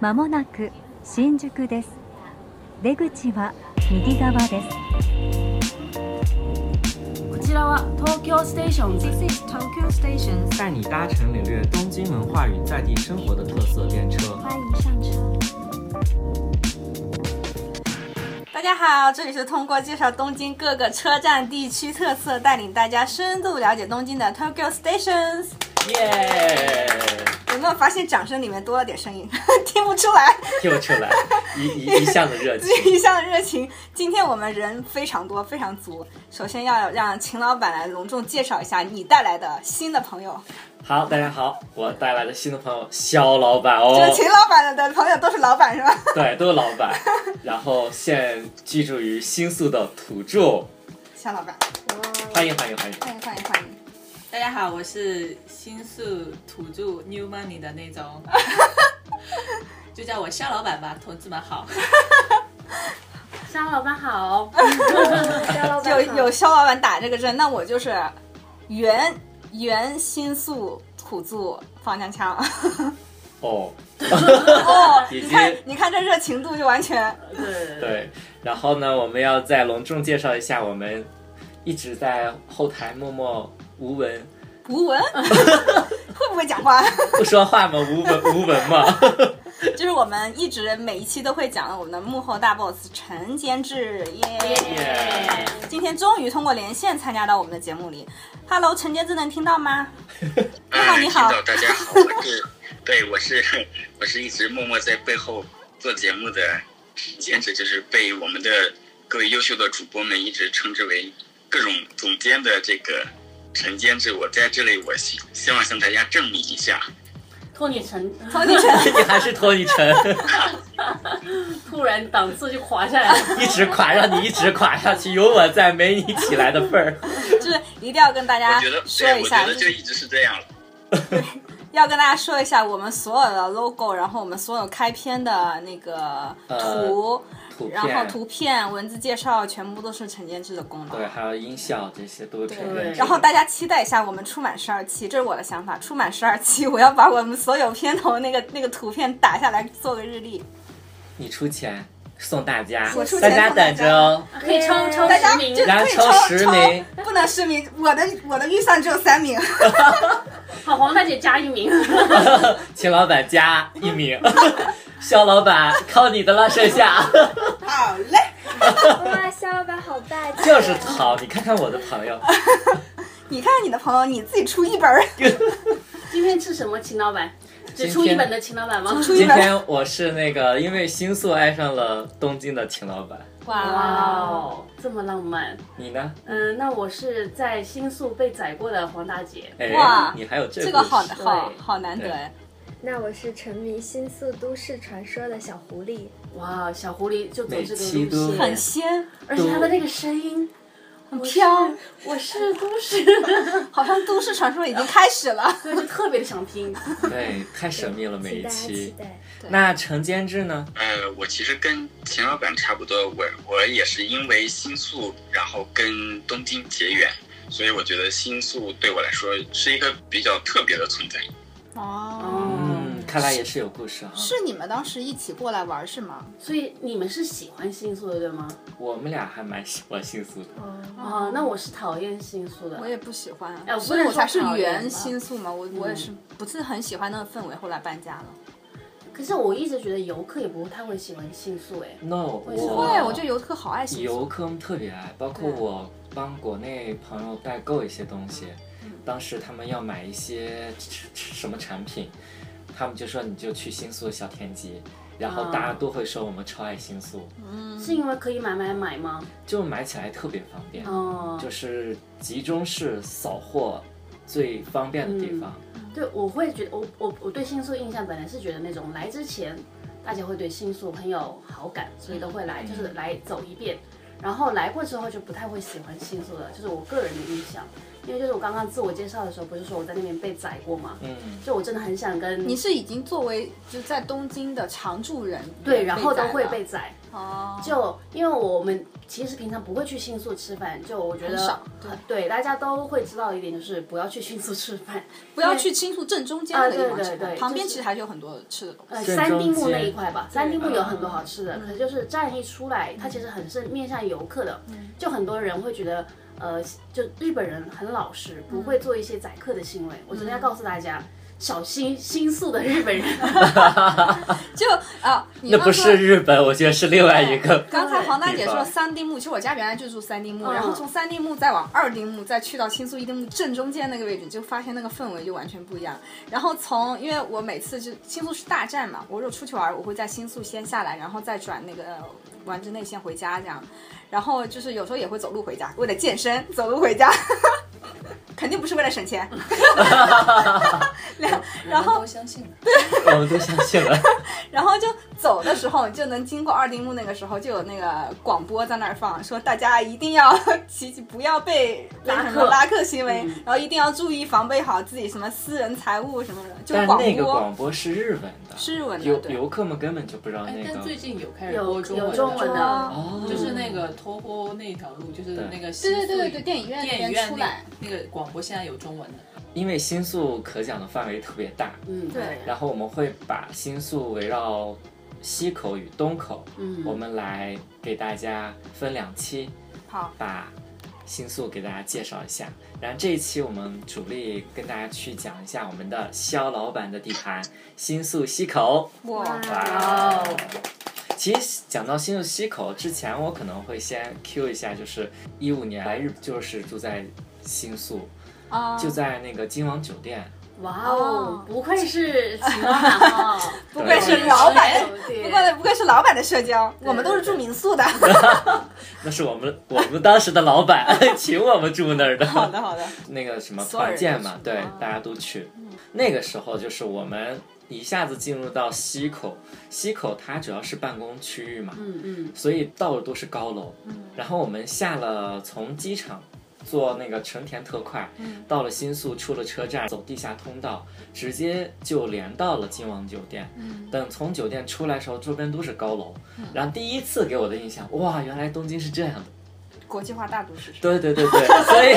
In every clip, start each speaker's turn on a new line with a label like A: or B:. A: まもなく新宿です。出口は右側です。
B: こちらは東京ステーションズ
C: This is Tokyo Station，
D: 带你搭乘领略东京文化与在地生活的特色电车。
C: 欢迎上车。
E: 大家好，这里是通过介绍东京各个车站地区特色，带领大家深度了解东京的 Tokyo Stations。
D: 耶！
E: 有没有发现掌声里面多了点声音？ 听不出来，
D: 又出来一一一向的热情
E: 自。己一向的热情。今天我们人非常多，非常足。首先要让秦老板来隆重介绍一下你带来的新的朋友。
D: 好，大家好，我带来的新的朋友肖老板哦
E: 这，个秦老板的朋友都是老板是吧？
D: 对，都是老板，然后现居住于新宿的土著，
E: 肖老板，
D: 欢迎欢迎欢迎。
E: 欢迎欢迎欢迎。
F: 大家好，我是新宿土著 New Money 的那种， 就叫我肖老板吧，同志们好。
B: 沙老板好，
E: 有有肖老板打这个针，那我就是原原新宿土著方江枪。
D: 哦，
E: 哦，
D: 以及
E: 你看， 你看这热情度就完全
F: 对，
D: 对，然后呢，我们要再隆重介绍一下我们一直在后台默默无闻
E: 无闻， 会不会讲话？
D: 不说话吗？无闻无闻吗？
E: 就是我们一直每一期都会讲我们的幕后大 boss 陈监制，耶！
D: 耶
E: 今天终于通过连线参加到我们的节目里。Hello，陈监制能听到 吗？你好
G: 嗯，
E: 你好
G: 听到大家好，我是对，我是我是一直默默在背后做节目的，兼职就是被我们的各位优秀的主播们一直称之为各种总监的这个陈监制。我在这里，我希希望向大家证明一下，
B: 托你成
E: 曹景晨，
D: 你还是托你 沉，
B: 突然档次就垮下来了。
D: 一直垮，让你一直垮下去，有我在，没你起来的份儿。
E: 就是一定要跟大
G: 我
E: 家
G: 觉得
E: 说
G: 对，
E: 一
G: 我
E: 下，
G: 觉
E: 就
G: 得
E: 是
G: 就一直是这样了。
E: 要跟大家说一下我们所有的 logo，然后我们所有开篇的那个图，
D: 呃图片，
E: 然后图片、文字介绍，全部都是陈监制的功劳。
D: 对，还有音效这些都是承认。
E: 然后大家期待一下，我们出满十二期，这是我的想法。出满十二期，我要把我们所有片头那个那个图片打下来，做个日历。
D: 你出钱送大家
E: 我出，钱
D: 大家等着哦。
B: 可以抽抽
E: 啊大家
B: 实
E: 就
B: 名
E: 可，
D: 然后
E: 以
D: 抽
E: 抽
D: 十名，
E: 不能十名，我的我的预算只有三名。
B: 好，黄大姐加一名。
D: 秦老板加一 名，肖老板靠你的了，剩下
E: 好 嘞，
C: 哇，肖老板好大气。啊
D: 就是好。你看看我的朋 友，
E: 你看看你的朋友，你自己出一本儿，
B: 今天吃什么？秦老板，只
D: 今
B: 出一
D: 天
B: 本的秦老板吗？
E: 出一
D: 今
E: 本。
D: 天我是那个因为新宿爱上了东京的秦老板，
B: 哇哦，这么浪漫。
D: 你呢？
B: 嗯，那我是在新宿被宰过的黄大姐。
D: 哎
E: 哇，
D: 你还有这
E: 这个好
D: 故事
E: 好
B: 对
E: 好难得哎。
C: 那我是沉迷新宿都市传说的小狐狸，
B: 哇，小狐狸就走
D: 每
B: 这个
D: 期都
B: 路
D: 对
B: 线
E: 很，仙，
B: 而且她的那个声音很
E: 飘。
B: 我是都市，
E: 好像都市传说已经开始了。
B: 所以就特别的想听。
D: 对，太神秘了每
C: 期
D: 一
C: 待期
D: 期。
C: 待。
D: 那陈监制呢？
G: 呃，我其实跟秦老板差不多，我我也是因为新宿，然后跟东京结缘，所以我觉得新宿对我来说是一个比较特别的存在。
E: 哦，
B: 哦，
D: 嗯，看来也是有故事啊。
E: 是你们当时一起过来玩儿是吗？
B: 所以你们是喜欢新宿的对吗？
D: 我们俩还蛮喜欢新宿的。
C: 哦，
B: 啊，那我是讨厌新宿的
E: 我。也不喜欢
B: 哎我，不
E: 所以
B: 能
E: 我
B: 说
E: 才是
B: 讨厌吧
E: 原新宿嘛，我我也
B: 嗯
E: 是不是很喜欢那个氛围，后来搬家了。
B: 可是我一直觉得游客也不太会喜欢新宿哎。
D: No，
B: 为什么
E: 不
B: 哇
E: 会，我
D: 我
E: 觉得游客好爱新宿。
D: 游客们特别爱，包括
E: 对
D: 我帮国内朋友代购一些东西，当时他们要买一些吃吃什么产品，他们就说你就去新宿小田急，然后
B: 啊
D: 大家都会说我们超爱新宿，
B: 是因为可以买买买吗？
D: 就买起来特别方便，
B: 哦，
D: 就是集中式扫货最方便的地方。
B: 对，我会觉得我我我对新宿印象本来是觉得那种来之前大家会对新宿很有好感，所以都会来，就是来走一遍。然后来过之后就不太会喜欢新宿了，就是我个人的印象。因为就是我刚刚自我介绍的时候，不是说我在那边被宰过吗？
D: 嗯，
B: 就我真的很想跟
E: 你是已经作为就在东京的常住人，
B: 对，然后都会被宰。
E: 哦，
B: 就因为我们其实平常不会去新宿吃饭，就我觉
E: 很
B: 得
E: 少对
B: 对大家都会知道一点，就是不要去新宿吃饭，
E: 不要去清楚正中间的地方吃
B: 啊对对
E: 饭，
B: 对
E: 旁边
B: 就是
E: 其实还是有很多吃的东西。
B: 呃，
D: 正
B: 三
D: 中
B: 丁目那
D: 间嗯
B: 一块吧，三丁目有很多好吃的，可是就是站一出来，它其实很是面向游客的，
E: 嗯
B: 就很多人会觉得，呃，就日本人很老实，不
E: 嗯
B: 会做一些宰客的行为。我真的要告诉大家，小心心素的日本人。
E: 就 啊，你
D: 那
E: 刚
D: 不
E: 说
D: 是日本，我觉得是另外一个。
E: 刚才黄大姐说
D: 地方
E: 三丁目，其实我家原来就住三丁目，
B: 嗯
E: 然后从三丁目再往二丁目，再去到新宿一丁目正中间那个位置，就发现那个氛围就完全不一样。然后从因为我每次就新宿是大站嘛，我如果出去玩，我会在新宿先下来，然后再转那个呃丸之内线回家这样。然后就是有时候也会走路回家，为了健身走路回家， 肯定不是为了省钱。 然后
F: 我们都相信了。
D: 我们都相信了。
E: 然后就走的时候，就能经过二丁目那个时候，就有那个广播在那儿放，说大家一定要齐齐，不要被被
B: 拉
E: 什
B: 客
E: 么拉客行为
B: 嗯，
E: 然后一定要注意防备好自己什么私人财物什么的， 就
D: 但
E: 广
D: 那个
E: 播
D: 广播是日文的，
E: 是日文的，
D: 游
E: 对，
D: 游客们根本就不知道
F: 哎
D: 那，
F: 但最
D: 个。
F: 近有开始
B: 有
F: 播中文
B: 有
F: 的，
B: 中文的，
D: 哦，
F: 就是那个脱坡那条路，就是
D: 对
F: 那个
E: 对对对对对，
F: 对
E: 电影院
F: 电
E: 那
F: 影
E: 边
F: 院
E: 出
F: 那
E: 来，
F: 那个广播现在有中文的。
D: 因为新宿可讲的范围特别大，
B: 嗯，
E: 对
D: 然后我们会把新宿围绕西口与东口，
B: 嗯
D: 我们来给大家分两期
E: 好，
D: 把新宿给大家介绍一下。然后这一期我们主力跟大家去讲一下我们的肖老板的地盘新宿西口。
E: 哇，
D: 哇哦！其实讲到新宿西口之前，我可能会先 Q 一下，就是一五年来日就是住在新宿，
E: 啊，
D: 就在那个金王酒店。
B: 哇
E: 哦
B: 哦，不愧是秦老板哦，
E: 不愧是老板，不愧不愧是老板的社交，我们都是住民宿的。
D: 那是我们 我们当时的老板 请我们住那儿的。
E: 好的好的，
D: 那个什么
E: 所有人
D: 团建
E: 都
D: 嘛
E: 去，
D: 对
E: 啊，
D: 大家都去。那个时候就是我们一下子进入到西口，西口它主要是办公区域嘛，
B: 嗯嗯，
D: 所以到处都是高楼。然后我们下了从机场。坐那个成田特快，到了新宿，出了车站，走地下通道，直接就连到了金王酒店。等从酒店出来的时候，周边都是高楼。然后第一次给我的印象，哇，原来东京是这样的。
E: 国际化大都市，
D: 对对对对，所以。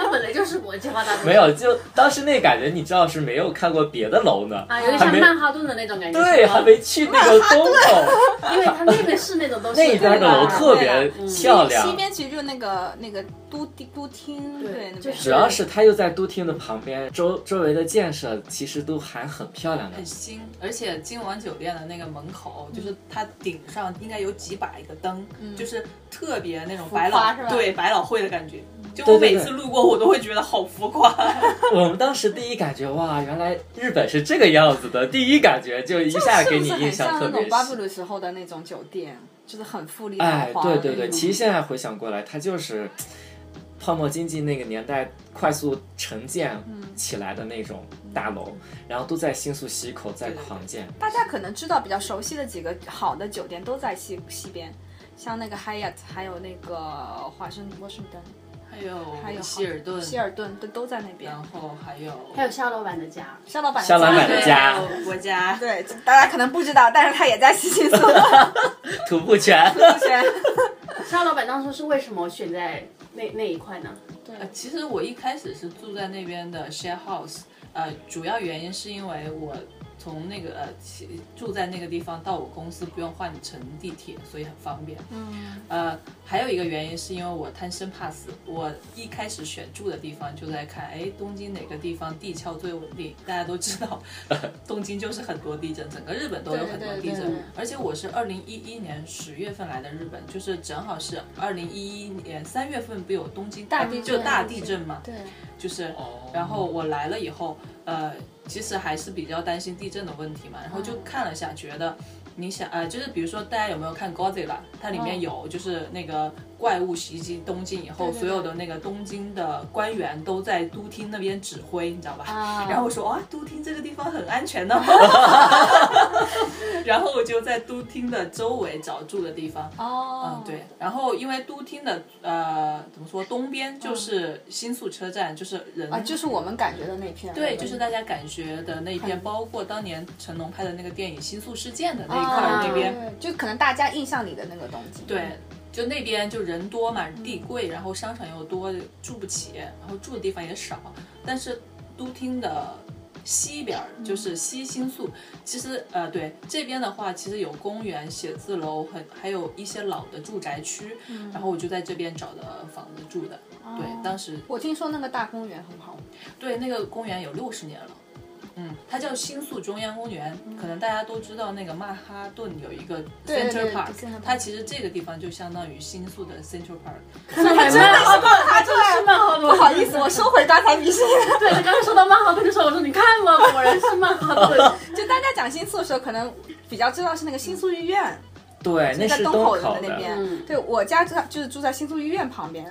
B: 他本来就是国际化大都市
D: 没有，就当时那感觉，你知道是没有看过别的楼呢，
B: 啊，有点
D: 还
B: 像
D: 没
B: 曼哈顿的那种感觉，
D: 对，
B: 是吗
D: 还没去那个东口
B: 因为他那边是那种都是
D: 那边的楼特别漂
E: 西
D: 亮，
E: 边其实就是那个那个都都厅，
B: 对
E: 对，那
B: 就
E: 边
B: 是
D: 主要是它又在都厅的旁边，周周围的建设其实都还很漂亮的
F: 很。新，而且金王酒店的那个门口，就是它顶上应该有几百个灯，就是特别那种百
E: 浮夸
F: 老
E: 是吧
F: 对百老汇的感觉。就
D: 对
F: 我
D: 对
F: 每
D: 对
F: 次路过，我都会觉得好浮夸。
D: 我们当时第一感觉哇，原来日本是这个样子的，第一感觉就一下
E: 是
D: 给
E: 不
D: 你
E: 是
D: 印
E: 很
D: 象
E: 像
D: 特
E: 那
D: 别深。
E: 种巴布鲁时候的那种酒店，就是很富丽
D: 哎
E: 堂，皇？
D: 对对对，其实现在回想过来，它就是泡沫经济那个年代快速成建
E: 嗯
D: 起来的那种大楼，然后都在新宿西口在
F: 对对对
D: 狂建。
E: 大家可能知道比较熟悉的几个好的酒店都在西西边，像那个 Hyatt，还有那个华盛华盛顿，
F: 还有
E: 还有
F: 哎希尔顿，
E: 希尔顿都都在那边
F: 然。后还有
B: 还有肖老板的家，
E: 肖老板的
D: 嗯肖老板
E: 家
D: 的家
F: 还有我家，
E: 对，大家可能不知道，但是他也在西西宿
D: 徒步泉，
E: 圈。
B: 肖老板当初是为什么选在那那一块呢？
F: 呃，其实我一开始是住在那边的 share house，呃，主要原因是因为我从那个呃其住在那个地方到我公司不用换乘地铁，所以很方便。
E: 嗯，
F: 呃，还有一个原因是因为我贪生怕死，我一开始选住的地方就在看，哎，东京哪个地方地壳最稳定？大家都知道， 东京就是很多地震，整个日本都有很多地
E: 对对
F: 震。
E: 对对
F: 而且我是二零一一年十月份来的日本，就是正好是二零一一年三月份不有东京
E: 大地震
F: 就大地震嘛，
E: 对，
F: 就是
D: 哦，
F: 然后我来了以后，呃，其实还是比较担心地震的问题嘛，然后就看了一下，觉得你想啊、呃就是比如说大家有没有看《Godzilla》？它里面有就是那个怪物袭击东京以后，
E: 哦对对对
F: 所有的那个东京的官员都在都厅那边指挥，你知道吧？
E: 啊
F: 然后我说哇，都厅这个地方很安全哦 的、然后我就在都厅的周围找住的地方。
E: 哦
F: 嗯，，对。然后因为都厅的呃怎么说，东边就是新宿车站，就是人
E: 啊，就是我们感觉的那片，
F: 对，就是大家感觉的那一片，
E: 看
F: 包括当年成龙拍的那个电影《新宿事件》的那一块
E: 啊
F: 儿那边，
E: 就可能大家印象里的那个东西，
F: 对，就那边就人多嘛，地贵，然后商场又多，住不起，然后住的地方也少。但是都厅的西边儿就是西新宿，其实呃对这边的话，其实有公园、写字楼，很还有一些老的住宅区。然后我就在这边找的房子住的。对，当时
E: 我听说那个大公园很好，
F: 对，那个公园有六十年了。嗯，它叫新宿中央公园，可能大家都知道那个曼哈顿有一个
E: 嗯对对
F: Center
E: 对
F: Park，
E: Center Park
F: 它其实这个地方就相当于新宿的 Center Park。
B: 真的是曼哈顿，是曼哈顿。
E: 不好意思，我收回刚才迷信。
B: 对，他刚刚说到曼哈顿的时候，我说你看嘛，果然是曼 哈顿。
E: 就大家讲新宿的时候，可能比较知道是那个新宿御苑，
D: 对，嗯那
E: 在
D: 是
E: 东
D: 口
E: 的
D: 的，
E: 那边。
B: 嗯
E: 对我家住就是住在新宿御苑旁边，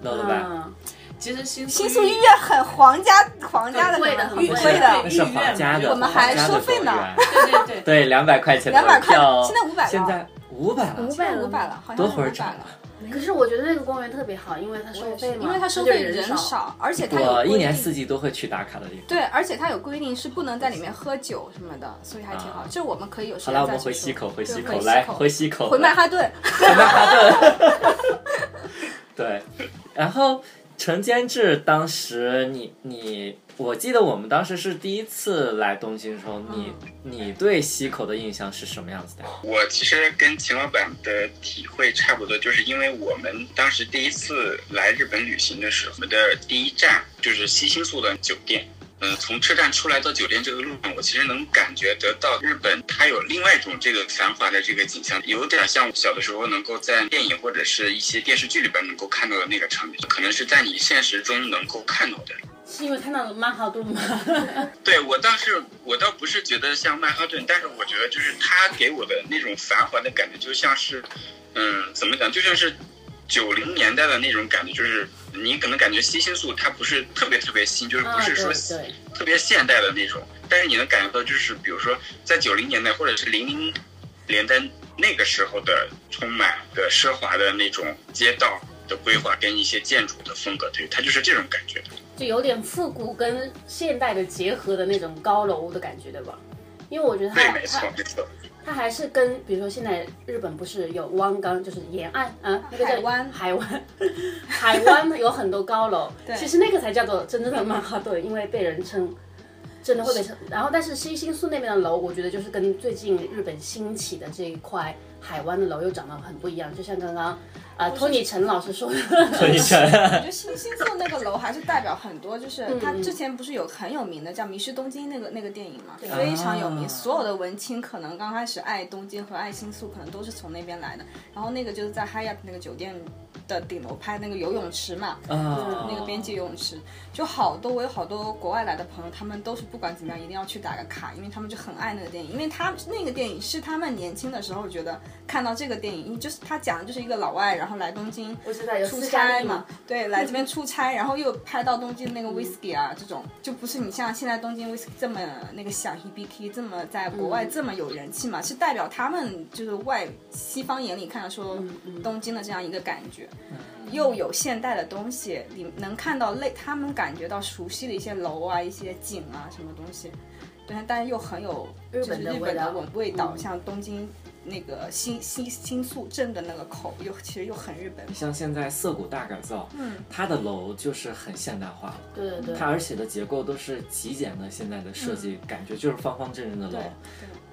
D: 能了吧？
B: 嗯，
F: 其实新宿
E: 新宿御苑很皇家皇家的
B: 很贵的
E: 那种
B: 很
E: 御
B: 贵
E: 贵
B: 的
E: 的
D: 那
F: 对，
D: 是皇家的，
E: 我们还
D: 皇家的
E: 收费呢
D: 公园
F: 对对对，
D: 对，两百块钱的
E: 200块
D: 票，
E: 现在500了
D: 现在五百了，
E: 现在五百了，好像
D: 多
E: 是
D: 会儿啊
E: 五
D: 涨
E: 百
D: 了
E: 了，
B: 可是我觉得那个公园特别好，因为它收费嘛，
E: 因为它收
B: 就
E: 费
B: 人
E: 人。少，而且它有
D: 我
E: 规
D: 一
E: 定
D: 年四季都会去打卡的地方。
E: 对，而且它有规定是不能在里面喝酒什么的，所以还挺好。
D: 啊
E: 就是我们可以有时
D: 好
E: 间
D: 了，我
E: 再
D: 们
E: 去
D: 回
E: 住
D: 溪口，回
E: 对
D: 溪
E: 口
D: 口，来回溪口，
E: 回曼哈顿。
D: 回曼哈顿。对，然后陈监制当时你你，我记得我们当时是第一次来东京的时候，你
E: 嗯
D: 你对溪口的印象是什么样子的？
G: 我其实跟秦老板的体会差不多，就是因为我们当时第一次来日本旅行的时候，我们的第一站就是西新宿的酒店。嗯，从车站出来到酒店这个路上，我其实能感觉得到日本它有另外一种这个繁华的这个景象，有点像小的时候能够在电影或者是一些电视剧里边能够看到的那个场景，可能是在你现实中能够看到的。
B: 是因为看到了曼哈顿吗？
G: 对我倒是，我倒不是觉得像曼哈顿，但是我觉得就是他给我的那种繁华的感觉，就像是，嗯，怎么讲，就像是九零年代的那种感觉，就是你可能感觉西新宿它不是特别特别新，就是不
B: 啊，
G: 是
B: 对
G: 说
B: 对，
G: 特别现代的那种，但是你能感觉到，就是比如说在九零年代或者是零零年代那个时候的充满的奢华的那种街道的规划跟一些建筑的风格，对，它就是这种感觉。
B: 就有点复古跟现代的结合的那种高楼的感觉，对吧？因为我觉得
G: 对，
B: 它
G: 没错
B: 它，
G: 没错。
B: 它还是跟比如说现在日本不是有湾港，就是沿岸啊，那个叫
E: 海湾
B: 海湾， 海湾有很多高楼
E: 对，
B: 其实那个才叫做真正的曼哈顿，因为被人称。真的会被称，然后但是西新宿那边的楼，我觉得就是跟最近日本兴起的这一块海湾的楼又长得很不一样。就像刚刚，啊托尼陈老师说的，
D: 所以陈，
E: 我觉得新星座那个楼还是代表很多，
D: 嗯
E: 就是它之前不是有很有名的叫《迷失东京》那个那个电影嘛，非常有
D: 啊
E: 名。所有的文青可能刚开始爱东京和爱新宿，可能都是从那边来的。然后那个就是在 Hyatt 那个酒店的顶楼拍那个游泳池嘛，
D: 啊，
E: 那个边界游泳池，就好多我有好多国外来的朋友，他们都是不管怎么样一定要去打个卡，因为他们就很爱那个电影，因为他那个电影是他们年轻的时候觉得看到这个电影，就是他讲的就是一个老外，然后来东京
B: 我知道有
E: 出
B: 私家
E: 差
B: 地
E: 嘛，对，来这边出差，然后又拍到东京那个 whisky 啊，这种就不是你像现在东京 whisky 这么那个响 hibiki 这么在国
B: 嗯
E: 外这么有人气嘛，是代表他们就是外西方眼里看到说
B: 嗯
E: 东京的这样一个感觉，又有现代的东西，你能看到类他们感觉到熟悉的一些楼啊、一些景啊什么东西，对，但又很有
B: 日
E: 就是
B: 本的
E: 日
B: 味
E: 本
B: 道
E: 的味道，
B: 嗯
E: 像东京。那个新新新宿镇的那个口，又其实又很日本，
D: 像现在涩谷大改造，
E: 嗯，
D: 它的楼就是很现代化了。
B: 对对对，
D: 它而且的结构都是极简的，现在的设计、感觉就是方方正正的
E: 嗯对
D: 楼，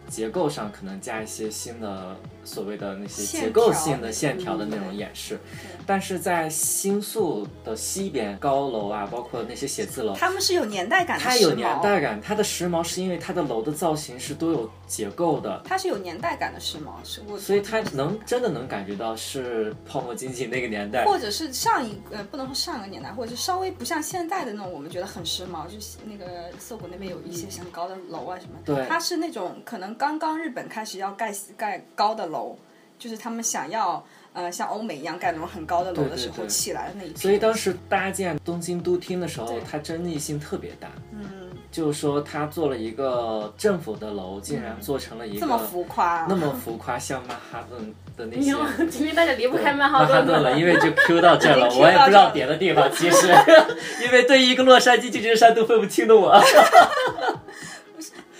D: 结构上可能加一些新的所谓的那些
E: 线
D: 结构性的线条
B: 条
D: 的那
E: 嗯
D: 种演示
E: 对，
D: 但是在新宿的西边高楼啊，包括那些写字楼。
E: 他们是有年代感的，
D: 它有年代，感，它的时髦是因为它的楼的造型是都有结构的，
E: 它是有年代感的时髦，是我，
D: 所以它能真的能感觉到是泡沫经济那个年代。
E: 或者是上一呃，不能说上个年代，或者是稍微不像现在的那种，我们觉得很时髦，就是那个涩谷那边有一些像高的楼啊什么，
D: 对
E: 它是那种可能能刚刚日本开始要盖盖高的楼，就是他们想要呃像欧美一样盖那种很高的楼的时候
D: 对对对
E: 起来的那一批。
D: 所以当时搭建东京都厅的时候
E: 对，
D: 它争议性特别大。
E: 嗯，
D: 就是说，他做了一个政府的楼，竟然做成了一个
E: 嗯这么浮夸，啊
D: 那么浮夸，像曼哈顿的那
B: 你
D: 些
B: 看我 今天大家离不开曼哈
D: 曼哈
B: 顿
D: 顿了，
B: 了，
D: 因为就 Q 到这儿 了，
E: 已经 Q
D: 我也不知
E: 到这
D: 道
E: 儿
D: 别的地方。其实， 因为对于一个洛杉矶就觉得山东分不清的我，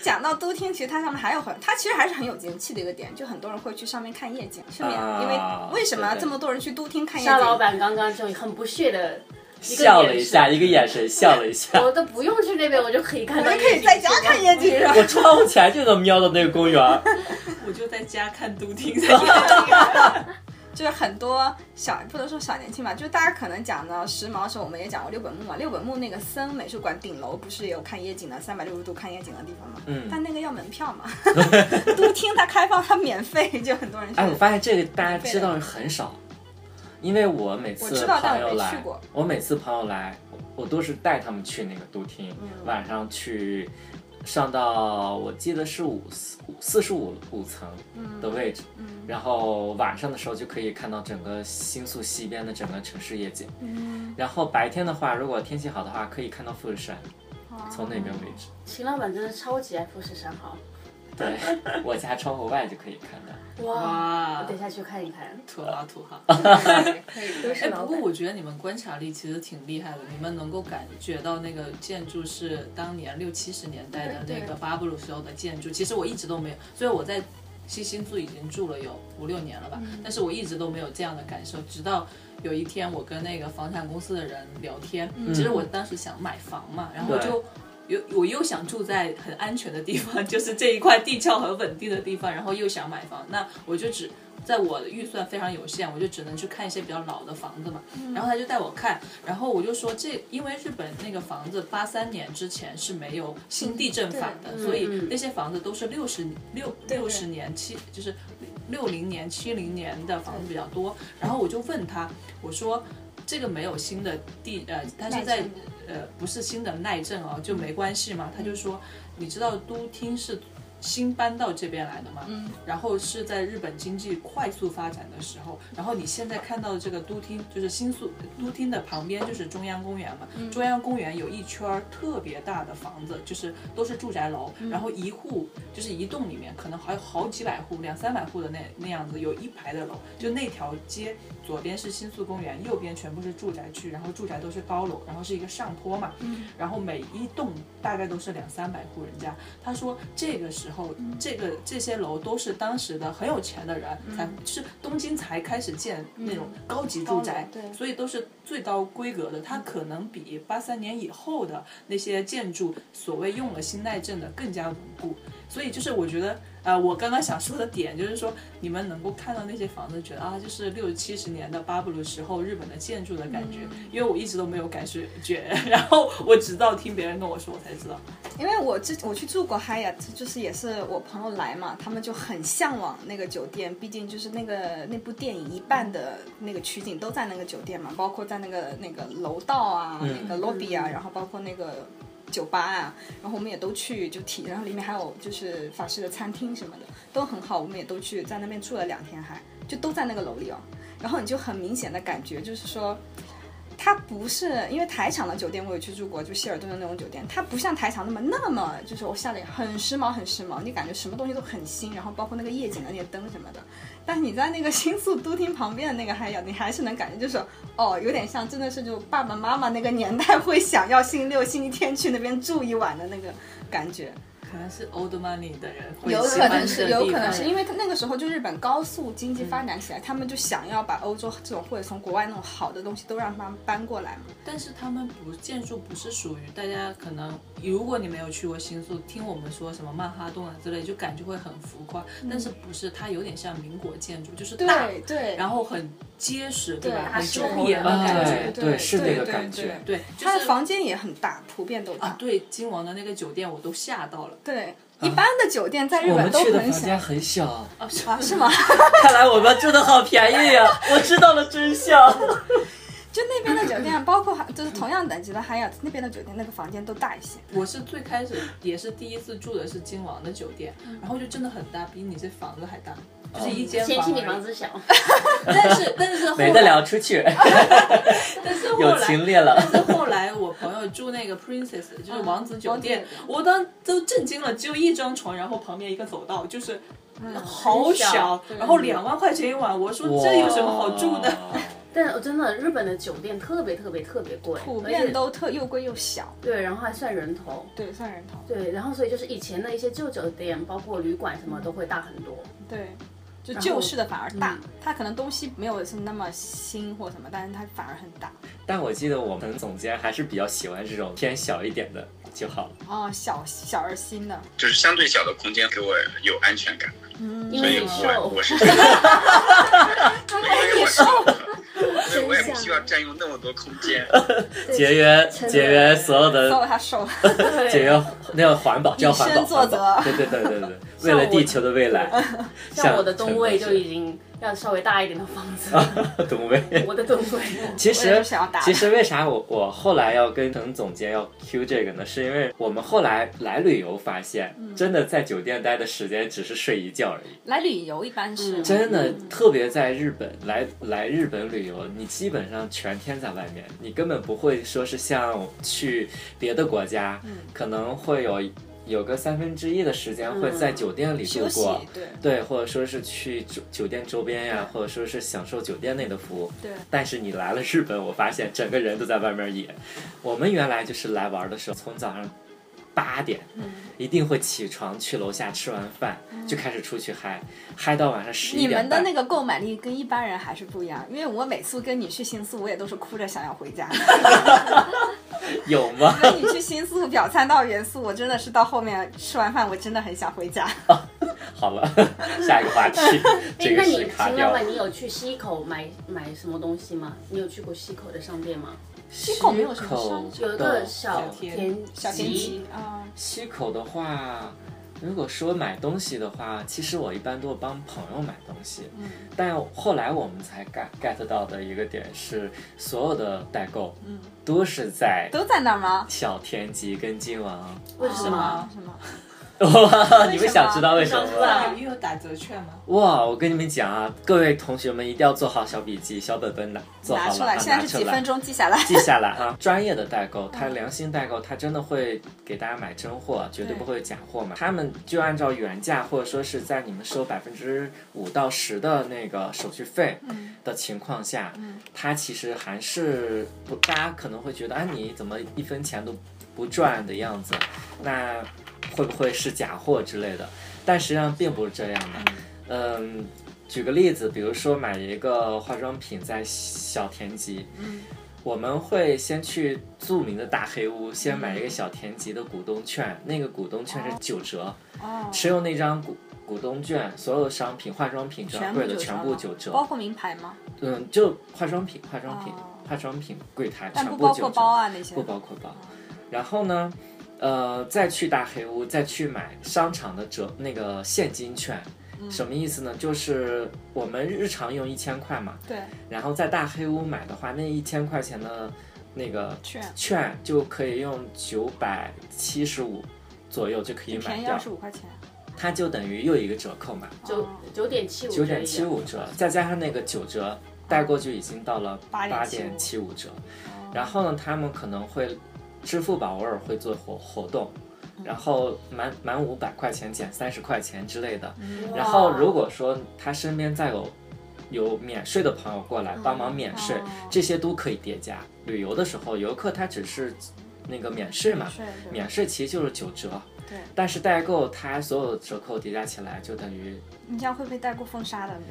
E: 讲到都厅，其实它上面还有很，它其实还是很有景气的一个点，就很多人会去上面看夜景。上面、
D: 啊
E: 因为为什么
D: 对对
E: 这么多人去都厅看夜景？
B: 沙老板刚刚就很不屑的
D: 笑了一下，，一个眼神笑了一下。
B: 我都不用去那边，我就可以看
E: 我
B: 到
E: 就
B: 夜景，
E: 可以在家看夜 景是吧？
D: 我窗户前就能瞄到那个公园儿，
F: 我就在家看都厅，
E: 就是很多小不能说小年轻吧，就是大家可能讲到时髦的时候，我们也讲过六本木嘛。六本木那个森美术馆顶楼不是也有看夜景的，三百六十度看夜景的地方吗？
D: 嗯
E: 但那个要门票 嘛，都厅它开放它免费，就很多人去。
D: 哎，我发现这个大家知道很少，因为我每
E: 我
D: 次
E: 知道但
D: 朋
E: 我
D: 友
E: 没
D: 来
E: 去过，
D: 我每次朋友来，我我都是带他们去那个都厅，
E: 嗯
D: 晚上去上到我记得是五四四十五五层
E: 嗯
D: 的位置，然后晚上的时候就可以看到整个新宿西边的整个城市夜景，
E: 嗯
D: 然后白天的话，如果天气好的话，可以看到富士山，
E: 哦
D: 从那边为止。
B: 秦老板真的超级爱富士山好，
D: 对，我家窗户外就可以看到。
E: 哦
B: 哇！我
F: 哇，
B: 等一下去看一看。
F: 土豪土豪。
C: 可以都是
F: 哎，
C: 老
F: 不过
C: 板。
F: 我觉得你们观察力其实挺厉害的，你们能够感觉到那个建筑是当年六七十年代的
E: 对
F: 那个
E: 对
F: 巴布鲁时候的建筑。其实我一直都没有，所以我在西新宿已经住了有五六年了吧，
C: 嗯
F: 但是我一直都没有这样的感受，直到。有一天，我跟那个房产公司的人聊天，
C: 嗯
F: 其实我当时想买房嘛，然后我就又我又想住在很安全的地方， 就是这一块地壳很稳定的地方，然后又想买房，那我就只在我的预算非常有限，我就只能去看一些比较老的房子嘛。
E: 嗯
F: 然后他就带我看，然后我就说这因为日本那个房子八三年之前是没有新地震法
E: 嗯
F: 的，所以那些房子都是六十六六十年七就是六零年七零年的房子比较多。然后我就问他，我说这个没有新的地呃，但是在
E: 耐震的
F: 呃不是新的耐震哦，就没关系嘛。他就说，你知道都厅是新搬到这边来的嘛，嗯，然后是在日本经济快速发展的时候，然后你现在看到的这个都厅，就是新宿都厅的旁边就是中央公园嘛，中央公园有一圈儿特别大的房子，就是都是住宅楼，然后一户就是一栋里面可能还有好几百户、两三百户的那那样子，有一排的楼，就那条街左边是新宿公园，右边全部是住宅区，然后住宅都是高楼，然后是一个上坡嘛，然后每一栋大概都是两三百户人家。他说这个时候，这个这些楼都是当时的很有钱的人才，就是东京才开始建那种高级住宅，
E: 高楼对
F: 所以都是最高规格的。它可能比八三年以后的那些建筑，所谓用了新耐震的更加稳固。所以就是我觉得，呃，我刚刚想说的点就是说，你们能够看到那些房子，觉得啊，就是六七十年的巴布鲁时候日本的建筑的感觉，因为我一直都没有感觉觉，然后我直到听别人跟我说，我才知道。
E: 因为我之我去住过 Hyatt，就是也是我朋友来嘛，他们就很向往那个酒店，毕竟就是那个那部电影一半的那个取景都在那个酒店嘛，包括在那个那个楼道啊、
D: 嗯
E: 那个 lobby 啊，然后包括那个酒吧啊，然后我们也都去就体，然后里面还有就是法式的餐厅什么的都很好，我们也都去在那边住了两天还，就都在那个楼里哦。然后你就很明显的感觉就是说，它不是因为台场的酒店我也去住过，就希尔顿的那种酒店，它不像台场那么那么就是我下的很时髦很时髦，你感觉什么东西都很新，然后包括那个夜景的那些灯什么的。但是你在那个新宿都厅旁边的那个海雅，你还是能感觉就是哦，有点像真的是就爸爸妈妈那个年代会想要星期六星期天去那边住一晚的那个感觉。
F: 可能是 old money 的人会
E: 有
F: 喜
E: 可能
F: 欢
E: 是，
F: 这
E: 有
F: 地
E: 可能
F: 方嗯
E: 是因为他那个时候就日本高速经济发展起来，他们就想要把欧洲这种或者从国外那种好的东西都让他们搬过来嘛。
F: 但是他们不建筑不是属于大家可能，如果你没有去过新宿，听我们说什么曼哈顿啊之类，就感觉会很浮夸，但是不是它有点像民国建筑，就是
E: 嗯
F: 大，
E: 对对，
F: 然后很结实，对吧？
E: 对
F: 很
E: 是
F: 庄严的
E: 啊对
F: 感觉，
E: 对
D: 对，是
E: 对
D: 那个
E: 对
D: 感
E: 对
D: 觉。
F: 对，就是
E: 他的房间也很大，普遍都
F: 啊
E: 大。，
F: 对，金王的那个酒店我都吓到了
E: 对，一般的酒店在日
D: 我
E: 本
D: 们
E: 都
D: 去的
E: 很
D: 房
E: 小
D: 间。很小，
F: 啊，是
E: 啊，是吗？
D: 看来我们住的好便宜呀、我知道了真相。
E: 就那边的酒店，包括就是同样等级的 Hyatt 那边的酒店，那个房间都大一些。
F: 我是最开始也是第一次住的是金王的酒店，然后就真的很大，比你这房子还大，
D: 哦
F: 就是一间
B: 嫌
F: 房而
B: 弃你
F: 已。
B: 房子小，
F: 但是但是后
D: 没得
F: 来，
D: 聊出去，
F: 但是后
D: 有
F: 来
D: 情列了。
F: 但是后来我朋友住那个 Princess，就是嗯王子酒店
E: 王子酒店，
F: 我当都震惊了，只有一张床，然后旁边一个走道，就是好嗯小，然后两万块钱一晚，我说 这有什么好住的？
D: 哇？
B: 但是真的日本的酒店特别特别特别贵，
E: 普
B: 而
E: 遍
B: 且
E: 都特又贵又小，
B: 对，然后还算人头，
E: 对，算人头，
B: 对，然后所以就是以前的一些旧酒店，包括旅馆什么都会大很多。
E: 对，就
B: 后
E: 旧式的反而大
B: 嗯，
E: 它可能东西没有是那么新或什么，但是它反而很大。
D: 但我记得我们总监还是比较喜欢这种偏小一点的就好了。
E: 哦，小小而新的，
G: 就是相对小的空间给我有安全感，
E: 嗯，
B: 因
G: 所以
B: 为你
G: 我
B: 瘦
G: 我，是，因为我是， 所以我也
C: 真
G: 不
C: 相
G: 需要占用那么多空间。
C: 对
D: 节约
C: 承认
D: 节约所有
E: 搜
D: 的
E: 了它手，
D: 节约那个环保，这要环保
E: 以身作则
D: 环保对对对对对，为
B: 我
D: 了地球的未来，
B: 像我的吨位 就已
D: 经
B: 经要稍微大一点的房子，
D: 吨位。
B: 我的吨位。
D: 其
E: 我也
D: 实
E: 是想要打
D: 其实为啥我我后来要跟陈总监要 Q 这个呢？是因为我们后来来旅游发现，
E: 嗯
D: 真的在酒店待的时间只是睡一觉而已。
E: 来旅游一般是
B: 嗯
D: 真的，特别在日本来来日本旅游，你基本上全天在外面，你根本不会说是像去别的国家，
E: 嗯
D: 可能会有有个三分之一的时间会在酒店里度
E: 嗯休息
D: 过。，
E: 对
D: 对，或者说是去酒酒店周边呀、或者说是享受酒店内的服务。
E: 对
D: 但是你来了日本，我发现整个人都在外面野。我们原来就是来玩的时候，从早上八点，
E: 嗯
D: 一定会起床去楼下吃完饭、就开始出去嗨，嗨到晚上十一
E: 你
D: 点
E: 们的
D: 半。
E: 那个购买力跟一般人还是不一样，因为我每次跟你去新宿，我也都是哭着想要回家。
D: 有吗？
E: 跟你去新宿表参道元素，我真的是到后面吃完饭，我真的很想 回家。
D: 好了， 下一个 话题，
B: 哎
D: 这，个
B: 那
D: 是
B: 你
D: 卡
B: 秦
D: 掉
B: 老
D: 了
B: 板，。你有去西口买买什么东西吗？你有去过西口的商店吗？
E: 西口没有什么商
D: 西口
B: 有
D: 的
B: 一个小田
E: 小田
B: 急，
E: 急啊，
D: 西口的话，如果说买东西的话，其实我一般都帮朋友买东西。
E: 嗯，
D: 但后来我们才 get get 到的一个点是，所有的代购，
E: 嗯，
D: 都是在
E: 都在那儿吗？
D: 小天吉跟金王。
B: 为什
F: 是
B: 么
F: 吗？
E: 什么？
D: 哇，
E: 么
D: 你们想知道为什么
B: 想知
D: 吗？
B: 道
F: 那又有打折券吗？
D: 哇，我跟你们讲啊，各位同学们一定要做好小笔记、小本本拿做好
E: 拿
D: 了
E: 出
D: 啊
E: 来，现在
D: 拿
E: 是
D: 出
E: 几
D: 来
E: 分钟记下来。
D: 记下来 啊！专业的代购，他良心代购，他真的会给大家买真货，绝对不会假货嘛。他们就按照原价，或者说是在你们收百分之五到十的那个手续费的情况下，他其实还是不，大家可能会觉得，啊，你怎么一分钱都不赚的样子？那会不会是假货之类的？但实际上并不是这样的。嗯，举个例子，比如说买一个化妆品在小田急，我们会先去著名的大黑屋，先买一个小田急的股东券，那个股东券是九折，
E: 哦，
D: 持有那张股股东券，所有商品、化妆品专柜的全部九折，
E: 包括名牌吗？
D: 嗯，就化妆品、化妆品、
E: 哦
D: 化妆品柜台
E: 但
D: 全
E: 不
D: 部
E: 包
D: 九
E: 括
D: 折，
E: 包啊那些。
D: 不包括包。然后呢，呃，再去大黑屋，再去买商场的折那个现金券，
E: 嗯
D: 什么意思呢？就是我们日常用一千块嘛，
E: 对，
D: 然后在大黑屋买的话，那一千块钱的那个
E: 券
D: 券就可以用九百七十五左右就可以
E: 便
D: 买
E: 宜
D: 掉
E: 二，十五块钱。
D: 它就等于又一个折扣嘛，
B: 九九点七五，
D: 九哦点七五折，再加上那个九折，带过去已经到了八点七五哦折。然后呢，他们可能会支付宝偶尔会做活活动，然后满满五百块钱减三十块钱之类的。
E: 嗯
B: 哇，
D: 然后如果说他身边再有有免税的朋友过来帮忙免税，
E: 嗯哦
D: 这些都可以叠加。旅游的时候，游客他只是那个免税嘛，
E: 税对
D: 嗯免税其实就是九折。
E: 对
D: 但是代购它所有折扣叠加起来就等于
E: 你这样会被代购封杀的，你知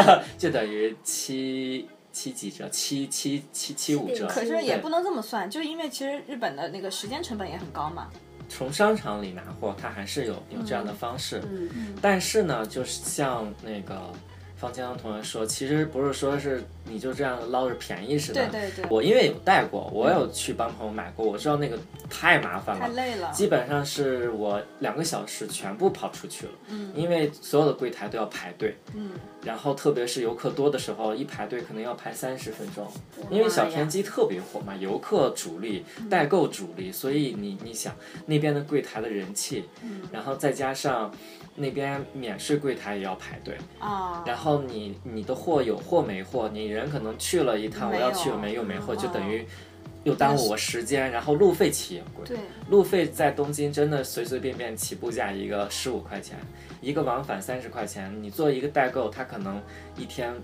E: 吗？
D: 就等于七七几折，七七七七五折。
E: 可是也
D: 对
E: 不能这么算，就是因为其实日本的那个时间成本也很高嘛。
D: 从商场里拿
E: 嗯
D: 货，它还是有有这样的方式。
B: 嗯
D: 但是呢，就是像那个方江同学说，其实不是说是你就这样捞着便宜似的。
E: 对对对嗯
D: 我因为有带过，我有去帮朋友买过，我知道那个太麻烦
E: 太
D: 了。
E: 累了。
D: 嗯基本上是我两个小时全部跑出去了，
E: 嗯
D: 因为所有的柜台都要排队，
E: 嗯，
D: 然后特别是游客多的时候，一排队可能要排三十分钟，因为小田鸡特别火嘛，游客主力、代购主力，所以你你想那边的柜台的人气，然后再加上那边免税柜台也要排队，
E: 啊，
D: 然后你你的货有货没货，你人可能去了一趟，
E: 没
D: 我
E: 有
D: 要去了没有没货，
E: 嗯
D: 就等于又耽误我时间，然后路费起也贵。
E: 对，
D: 路费在东京真的随随便便起步价一个十五块钱，一个往返三十块钱。你做一个代购，他可能一天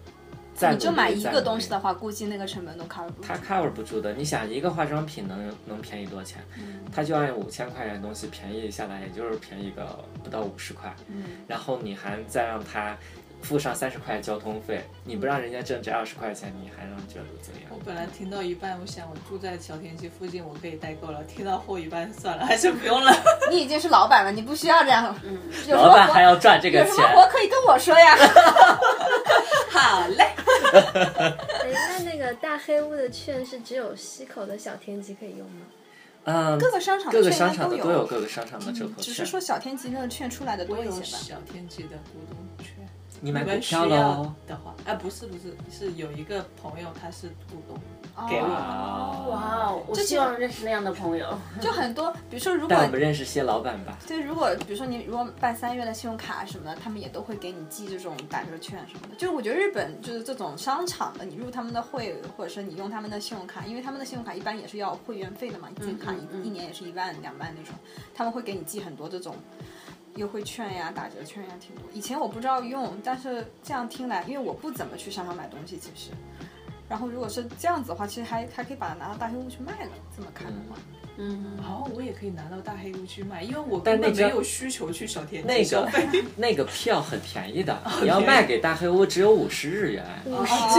D: 再
E: 你就买一个东西
D: 的，
E: 的话，估计那个成本都 cover 不住
D: 他 cover 不住的。你想一个化妆品能能便宜多少钱？
E: 嗯
D: 他就按五千块钱的东西便宜下来，也就是便宜个不到五十块。
E: 嗯，
D: 然后你还再让他付上三十块交通费，你不让人家挣这二十块钱，你还让觉得怎么样？
F: 我本来听到一半，我想我住在小田鸡附近，我可以代购了。听到后一半，算了，还是不用了。
E: 你已经是老板了，你不需要这样了。嗯，有什
D: 老
E: 么
D: 板还
E: 活
D: 要赚这个
E: 有什
D: 钱
E: 么，活可以跟我 说呀？
F: 好嘞，
C: 哎，那那个大黑屋的券是只有西口的小天鸡可以用吗？
D: 嗯，
E: 各个商场
D: 各个
E: 券应
D: 商
E: 该
D: 场的都
E: 都嗯
D: 有各个商场的折扣
E: 只
D: 券
E: 是。说小天吉那个券出来的
F: 我
E: 多一
F: 有
E: 些吧。
F: 小天鸡的股东
D: 你
F: 券。你
D: 买股
F: 们需
D: 票
F: 要
D: 喽？
F: 的话，啊，不是不是，是有一个朋友他是股东，
E: 哦
F: 给我
B: 哇
D: 哇！
B: 哦，我
E: 这
B: 希
E: 其实
B: 望认识那样的朋友。
E: 就很多，比如说如
D: 带我
E: 果
D: 们认识些老板 吧。
E: 对，如果比如说你如果办三月的信用卡什么的，他们也都会给你寄这种打折券什么的。就是我觉得日本就是这种商场的，你入他们的会，或者是你用他们的信用卡，因为他们的信用卡一般也是要会员费的嘛，一金卡一、一年也是一万两万那种，他们会给你寄很多这种。优惠券呀、打折券呀，挺多。以前我不知道用，但是这样听来，因为我不怎么去商场买东西，其实。然后如果是这样子的话，其实还还可以把它拿到大黑屋去卖了。这么看的话，
B: 嗯，
F: 然哦后我也可以拿到大黑屋去卖，因为我
D: 但
F: 根本
D: 那
F: 没
D: 个
F: 有需求去小天
D: 那
F: 鸡消
D: 个
F: 费。
D: 那个票很便宜 的，你要卖给大黑屋只有五十日元，
F: 今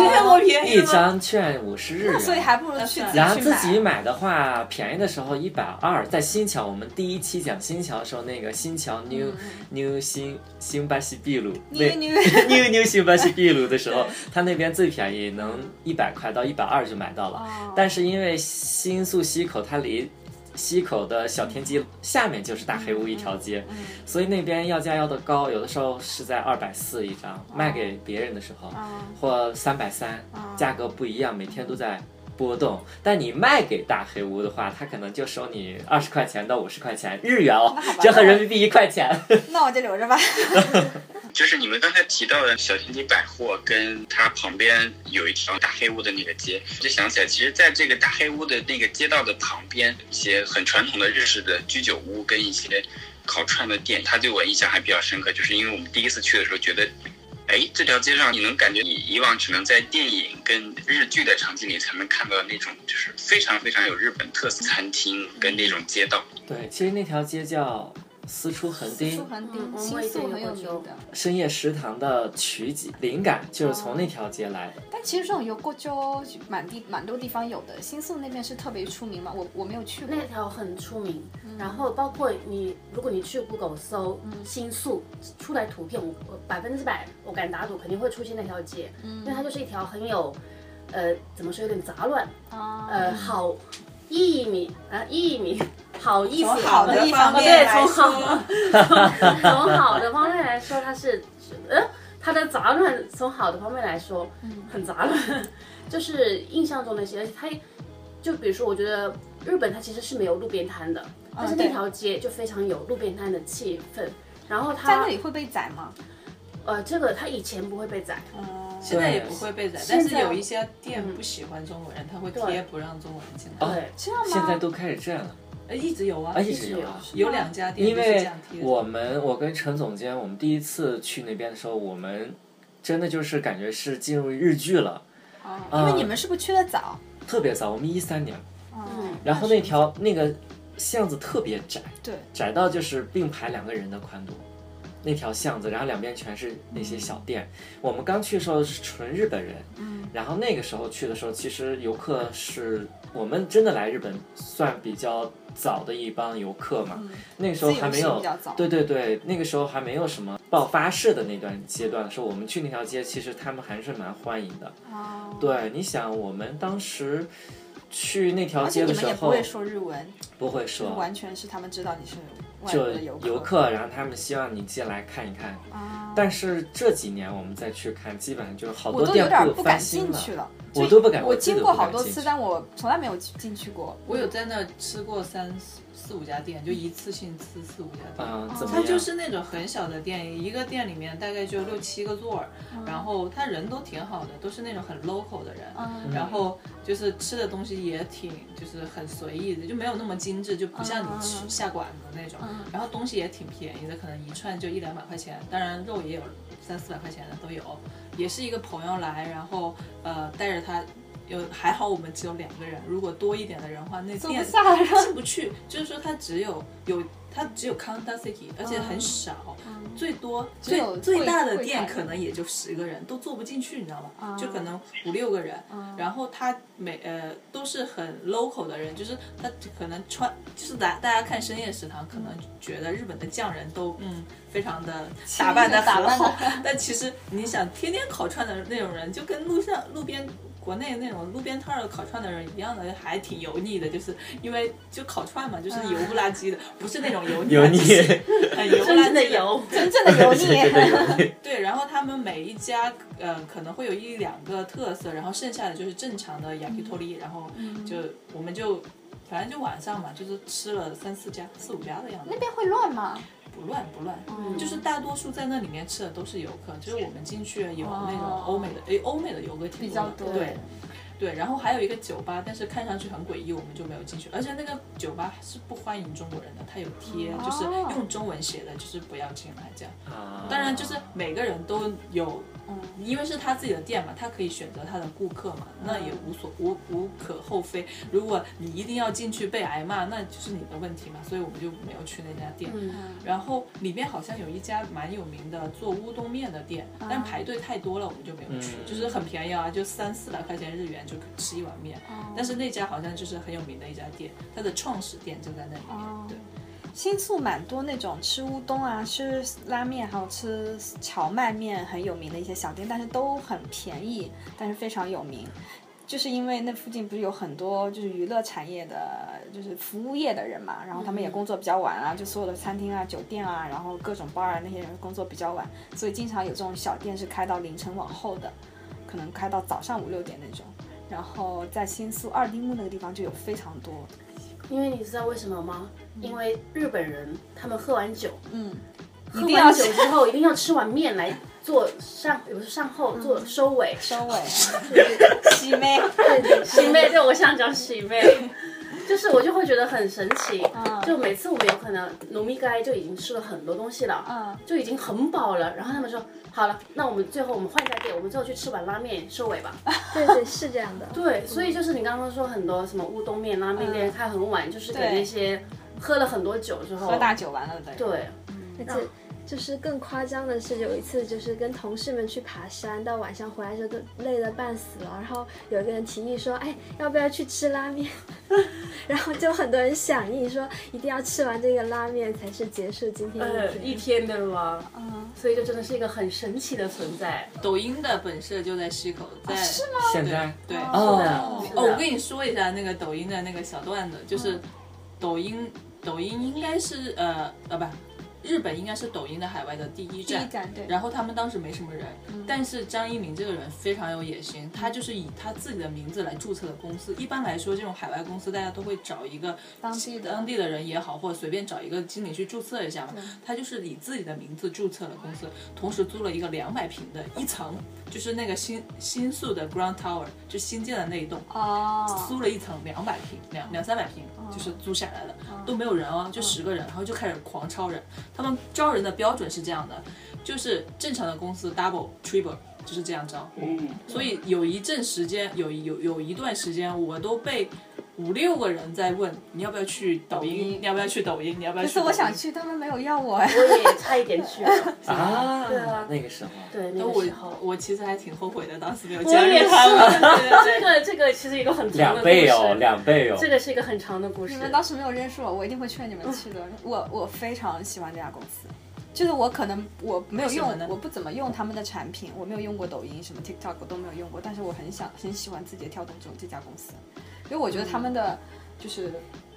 F: 天我便宜
D: 哦一
F: 了吗，
D: 张券五十日元。
E: 所以还不如去自己去
D: 然
E: 买。
D: 后自己买的话，便宜的时候一百二，在新桥，我们第一期讲新桥的时候，那个新桥 new、new 新新巴西秘鲁，那
E: New- New-
D: 嗯 new new 新巴西秘鲁的 时候，它那边最便宜，能一百块到一百二就买到了。
E: 哦
D: 但是因为新宿西口，它离西口的小天鸡下面就是大黑屋一条街，
E: 嗯
D: 所以那边要价要的高，有的时候是在二百四一
E: 哦
D: 张，卖给别人的时候，或三百三，价格不一样，每天都在。波动，但你卖给大黑屋的话，他可能就收你二十块钱到五十块钱日元哦
E: 那好吧，
D: 折合人民币一块钱。
E: 那我就留着吧。
G: 就是你们刚才提到的小天地百货，跟它旁边有一条大黑屋的那个街，我就想起来，其实在这个大黑屋的那个街道的旁边，一些很传统的日式的居酒屋跟一些烤串的店，它对我印象还比较深刻，就是因为我们第一次去的时候觉得。哎，这条街上你能感觉你以往只能在电影跟日剧的场景里才能看到那种，就是非常非常有日本特色餐厅跟那种街道。
D: 对，其实那条街叫私出横
E: 新宿
D: 丁，
E: 很
B: 嗯
E: 顶，
B: 我
E: 新
B: 也
E: 宿
B: 有
E: 很有
B: 过去
E: 名的。
D: 深夜食堂的取景灵感就是从那条街来的。
E: 但其实这种有过州满地满多地方有的，新宿那边是特别出名嘛，我我没有去过
B: 那。条很出名，然后包括你，如果你去 Google 搜新宿，出来图片，我我百分之百我敢打赌肯定会出现那条街，因为它就是一条很有，呃，怎么说有点杂乱，
E: 啊，
B: 呃，好意米啊意米，好意思，啊
F: 从好的
E: 一方
F: 方
E: 面
F: 面
B: 来
F: 来
B: 说
F: 说，
B: 从好的方面来说，它是，呃，它的杂乱，从好的方面来说，很杂乱，就是印象中那些，而且它，就比如说，我觉得日本它其实是没有路边摊的，但是
E: 哦对
B: 那条街就非常有路边摊的气氛。然后
E: 在
B: 它
E: 那，里会被宰吗？
B: 呃，这个它以前不会被宰，
F: 现在也不会被宰，
B: 现
F: 但是
B: 在
F: 有一些店不喜欢中国人，他会贴不让中国人进
E: 哦
F: 来，
B: 对，
E: 这样吗？
D: 现在都开始这样了，
F: 呃，一直有啊
D: 啊，，一直有啊。
F: 有两家店
D: 因
F: 都是这
D: 为
F: 样贴的。
D: 我们，我跟陈总监，我们第一次去那边的时候，我们真的就是感觉是进入日剧了，
B: 呃
E: 啊
D: 啊
E: 因为你们是不是去的早？
D: 特别早，我们一三年，
E: 嗯，
D: 然后那条那个巷子特别窄，
E: 对，
D: 窄到就是并排两个人的宽度，那条巷子，然后两边全是那些
E: 嗯
D: 小店。我们刚去的时候是纯日本人，嗯，然后那个时候去的时候，其实游客是我们真的来日本算比较早的一帮游客嘛，那个时候还没
E: 嗯自由
D: 有
E: 行比较早
D: 对对对，那个时候还没有什么爆发式的那段阶段的时候，我们去那条街，其实他们还是蛮欢迎的。
E: 哦，
B: 嗯
D: 对，你想我们当时去那条
E: 而且
D: 街
E: 你
D: 的
E: 们
D: 时
E: 也不
D: 候
E: 会说日文，
D: 不会
E: 就
D: 说，
E: 完全是他们知道你是外国
D: 就
E: 的游
D: 游客，然后他们希望你进来看一看。
E: 啊，
D: 但是这几年我们再去看，基本上就是好
E: 我
D: 多
E: 都有
D: 店
E: 点
D: 铺
E: 不
D: 翻
E: 敢
D: 新
E: 进
D: 了，
E: 去了，
D: 我
E: 就
D: 都不敢
E: 我
D: 我自己
E: 经
D: 都
E: 过
D: 不
E: 好
D: 敢
E: 多
D: 进
E: 次，
D: 去
E: 但我从来没有进去过。
F: 我有在那吃过三四四五家店，就一次性吃四五家店。
D: 嗯、怎么
F: 它
D: 样？
F: 就是那种很小的店，一个店里面大概就六七个座儿，然后他人都挺好的，都是那种很 local 的人，
E: 嗯
F: 然后就是吃的东西也挺就是很随意的，就没有那么精致，就不像你吃
E: 嗯
F: 下馆子那种，然后东西也挺便宜的，可能一串就一两百块钱，当然肉也有三四百块钱的都有，也是一个朋友来，然后呃带着他。有还好我们只有两个人，如果多一点的人的话，那
E: 坐不
F: 店
E: 下了，
F: 进不去，就是说它只有有它只有 c o u n t City，而且很少，最多
E: 嗯只有
F: 最最大的
E: 柜
F: 店
E: 柜台
F: 可能也就十个人，都坐不进去，你知道吗？
E: 啊
F: 就可能五六个人，
E: 嗯
F: 然后他每呃都是很 local 的人，就是他可能穿就是大大家看深夜食堂，可能觉得日本的匠人都嗯非常的打扮的
E: 打
F: 很
E: 扮得
F: 好，但其实你想天天烤串的那种人，就跟路上路边。国内那种路边摊儿的烤串的人一样的，还挺油腻的，就是因为就烤串嘛，就是油不拉几的，不是那种油腻啊，
D: 油 腻，
F: 就 是很油不拉几
B: 真的有，
E: 真正的油
D: 真
E: 腻。
D: 的油腻。
F: 对，然后他们每一家呃可能会有一两个特色，然后剩下的就是正常的 yakitori，、然后就我们就反正就晚上嘛，就是吃了三四家、四五家的样子
E: 那，边会乱吗？
F: 不乱不乱，
E: 嗯
F: 就是大多数在那里面吃的都是游客，就是我们进去有那种
E: 哦
F: 欧美的，诶，欧美的游客
E: 比
F: 挺
E: 较
F: 的
E: 多
F: 对。对，然后还有一个酒吧，但是看上去很诡异，我们就没有进去。而且那个酒吧是不欢迎中国人的，它有贴，就是
E: 哦
F: 用中文写的，就是不要进来这样。
D: 啊
F: 当然，
E: 哦
F: 就是哦每个人都有，
E: 嗯
F: 因为是他自己的店嘛，他可以选择他的顾客嘛，那也
E: 嗯
F: 无所无无可厚非。如果你一定要进去被挨骂，那就是你的问题嘛，所以我们就没有去那家店。
B: 嗯
E: 嗯
F: 然后里面好像有一家蛮有名的做乌冬面的店，但排队太多了，我们就没有去。
D: 嗯
F: 就是很便宜啊，就三四百块钱日元就可以吃一碗面。但是那家好像就是很有名的一家店，它的创始店就在那里面。
E: 哦
F: 对，
E: 新宿蛮多那种吃乌冬啊、吃拉面，还有吃荞麦面很有名的一些小店，但是都很便宜，但是非常有名。就是因为那附近不是有很多就是娱乐产业的，就是服务业的人嘛，然后他们
B: 嗯
E: 也工作比较晚啊，就所有的餐厅啊、酒店啊，然后各种 bar 啊那些人工作比较晚，所以经常有这种小店是开到凌晨往后的，可能开到早上五六点那种。然后在新宿二丁目那个地方就有非常多，
B: 因为你知道为什么吗？因为日本人他们喝完酒，
E: 嗯，
B: 喝
E: 定要
B: 完酒
E: 吃
B: 之后一定要吃碗面来做上，也不是上后
E: 嗯
B: 做收尾。
E: 收 尾啊，喜妹。
B: 喜妹，对我想讲喜妹，就是我就会觉得很神奇。
E: 嗯
B: 就每次我们有可能农民街就已经吃了很多东西了，
E: 嗯
B: 就已经很饱了。然后他们说好了，那我们最后我们换家店，我们最后去吃碗拉面收 尾吧。
C: 对对，是这样的。
B: 对，所以就是你刚刚说很多什么乌冬面、拉面店开很晚，就是给
E: 嗯对
B: 那些喝了很多酒之后，
E: 喝大酒完了的。
B: 对，
C: 而且就是更夸张的是，有一次就是跟同事们去爬山，到晚上回来的时候都累得半死了。然后有一个人提议说：“哎，要不要去吃拉面？” 然后就很多人响应说：“一定要吃完这个拉面才是结束今
E: 嗯
C: 天
B: 呃，
C: 一
B: 一
C: 天。
B: 天的吗？所以就真的是一个很神奇的存在。
F: 抖音的本社就在西口，在、是吗？
D: 现
F: 对
D: 在
F: 对
D: 哦
B: 是的
F: 哦，我跟你说一下那个抖音的那个小段子，就是抖音，抖音应该是呃呃不，日本应该是抖音的海外的第一
E: 第一
F: 站。
E: 站对，嗯
F: 然后他们当时没什么人，但是张一鸣这个人非常有野心，他就是以他自己的名字来注册的公司。一般来说，这种海外公司大家都会找一个
E: 当地的
F: 当地的人也好，或者随便找一个经理去注册一下嘛。他就是以自己的名字注册了公司，同时租了一个两百平的一层，就是那个新新宿的 Grand Tower，就新建的那一栋。
E: 哦，
F: 租了一层两百平，两两三百平，就是租下来的，都没有人啊，就十个人，然后就开始狂超人。他们招人的标准是这样的，就是正常的公司 double、triple 就是这样招呼。
B: 嗯，
F: 所以有一阵时间，有有有一段时间，我都被五六个人在问你要不要去抖音，你要不要去抖音，你要不要
E: 可
F: 去
E: 是
F: 抖音？
E: 我想去，他们没有要我哎。
B: 我也差一点去了。
D: 啊
B: 对啊
D: 那个时候，
B: 对，那
F: 那
B: 个
F: 我
B: 时候。
F: 我其实还挺后悔的，当时没有
B: 我
F: 加
B: 也
F: 入
B: 是
F: 他们。
B: 这 个这个其实一啊个很长的
D: 两
B: 故事，
D: 倍哦，两倍哦。
B: 这个是一个很长的故 事
E: 你。们当时没有认识我，我一定会劝你们去的。 我我非常喜欢这家公司，就是我可能我没有
F: 为什么
E: 用
F: 呢，
E: 我不怎么用他们的产品，我没有用过抖音，什么 TikTok 我都没有用过，但是我很想很喜欢字节跳动这种这家公司，因为我觉得他们的就是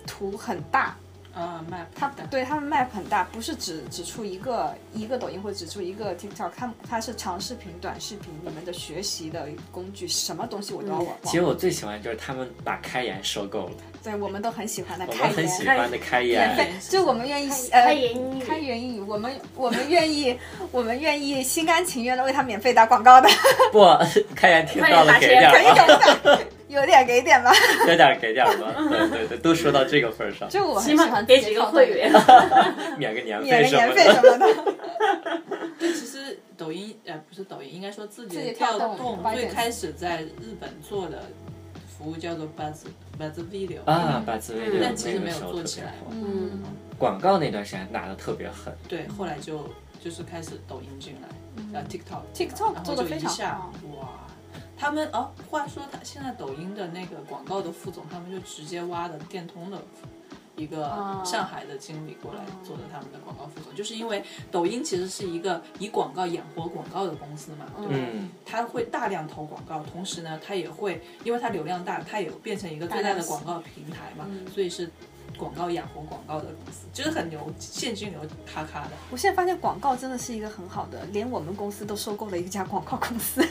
E: 图很大，
F: 啊，map
E: 它对他们 map 很大，不是只只出一个一个抖音或者只出一个 TikTok，它它是长视频、短视频，你们的学习的工具，什么东西我都要往。
D: 其实我最喜欢就是他们把开言收购了，
E: 对，我们都很喜欢的
D: 我
E: 开
D: 们很
E: 源。
D: 喜欢的开
E: 免
D: 言
E: 费，就我们愿意呃
B: 开言英语，
E: 开源英语，我们我们愿意，我们愿意心甘情愿的为他免费打广告的，
D: 不， 开言听到了给点
E: 可以
D: 儿吧，
E: 的， 有点给点吧。
D: 有点儿给点儿吧，对对对，都说到这个份儿上，
E: 就我
B: 起
E: 很喜
B: 码
E: 欢
B: 给几个会
E: 员，
B: 员。
D: 免个年
E: 免
D: 费什
E: 个
D: 么
E: 年费
D: 的，
E: 什么的。
F: 对，其实抖音呃不是抖音，应该说字
E: 字节
F: 节
E: 跳
F: 跳
E: 动
F: 动
E: 发
F: 最
E: 展
F: 开始在日本做的服务叫做 Buzz Buzz Video
D: 啊，把自慰
B: 嗯
D: 流
F: 但其实
D: 那
F: 没
D: 个
F: 有
D: 时候
F: 做
D: 特
F: 起
D: 别
F: 来
D: 火，
B: 嗯，
D: 广告那段时间打的特别狠，
F: 对，后来就就是开始抖音进来，然后 TikTok
E: 嗯 TikTok
F: 然
E: 做
F: 后
E: 得
F: 就
E: 非
F: 一
E: 常
F: 下
E: 好
F: 哇。他们哦，话说他现在抖音的那个广告的副总，他们就直接挖的电通的一个
E: 啊
F: 上海的经理过来做的他们的广告副总，就是因为抖音其实是一个以广告养活广告的公司嘛，对吧？
D: 嗯，
F: 它会大量投广告，同时呢，它也会因为它流量大，它也变成一个最大嗯的广告平台嘛，所以是广告养活广告的公司，就是很牛，现金流咔咔的。
E: 我现在发现广告真的是一个很好的，连我们公司都收购了一家广告公司。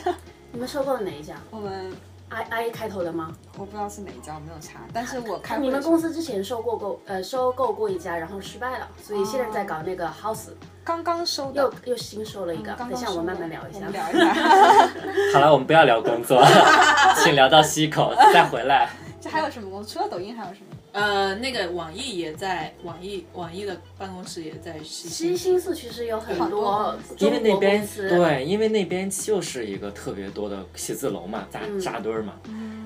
B: 你们收购了哪一家
E: 我们
B: ？I I 开头的吗？
E: 我不知道是哪一家，我没有查，但是我开会
B: 你
E: 的
B: 们
E: 时候
B: 公司之前收购过呃收购过一家，然后失败了，所以现在在搞那个 House，
E: 哦刚刚收到嗯
B: 又，又新收了一个。
E: 刚刚
B: 等一下我
E: 收
B: 慢
E: 到
B: 慢聊
E: 我
B: 一下
E: 们。聊一下。
D: 好了，我们不要聊工作， 请聊到西口再回来。
E: 这还有什么？除了抖音还有什么？
F: 呃，那个网易也在网易网易的办公室也在西
B: 其实
F: 新，
B: 新宿其实有很
E: 好
B: 多
E: 多哦
D: 因
B: 中
D: 为那
B: 国
D: 边
B: 公司，
D: 对，因为那边就是一个特别多的写字楼嘛，扎扎堆儿嘛，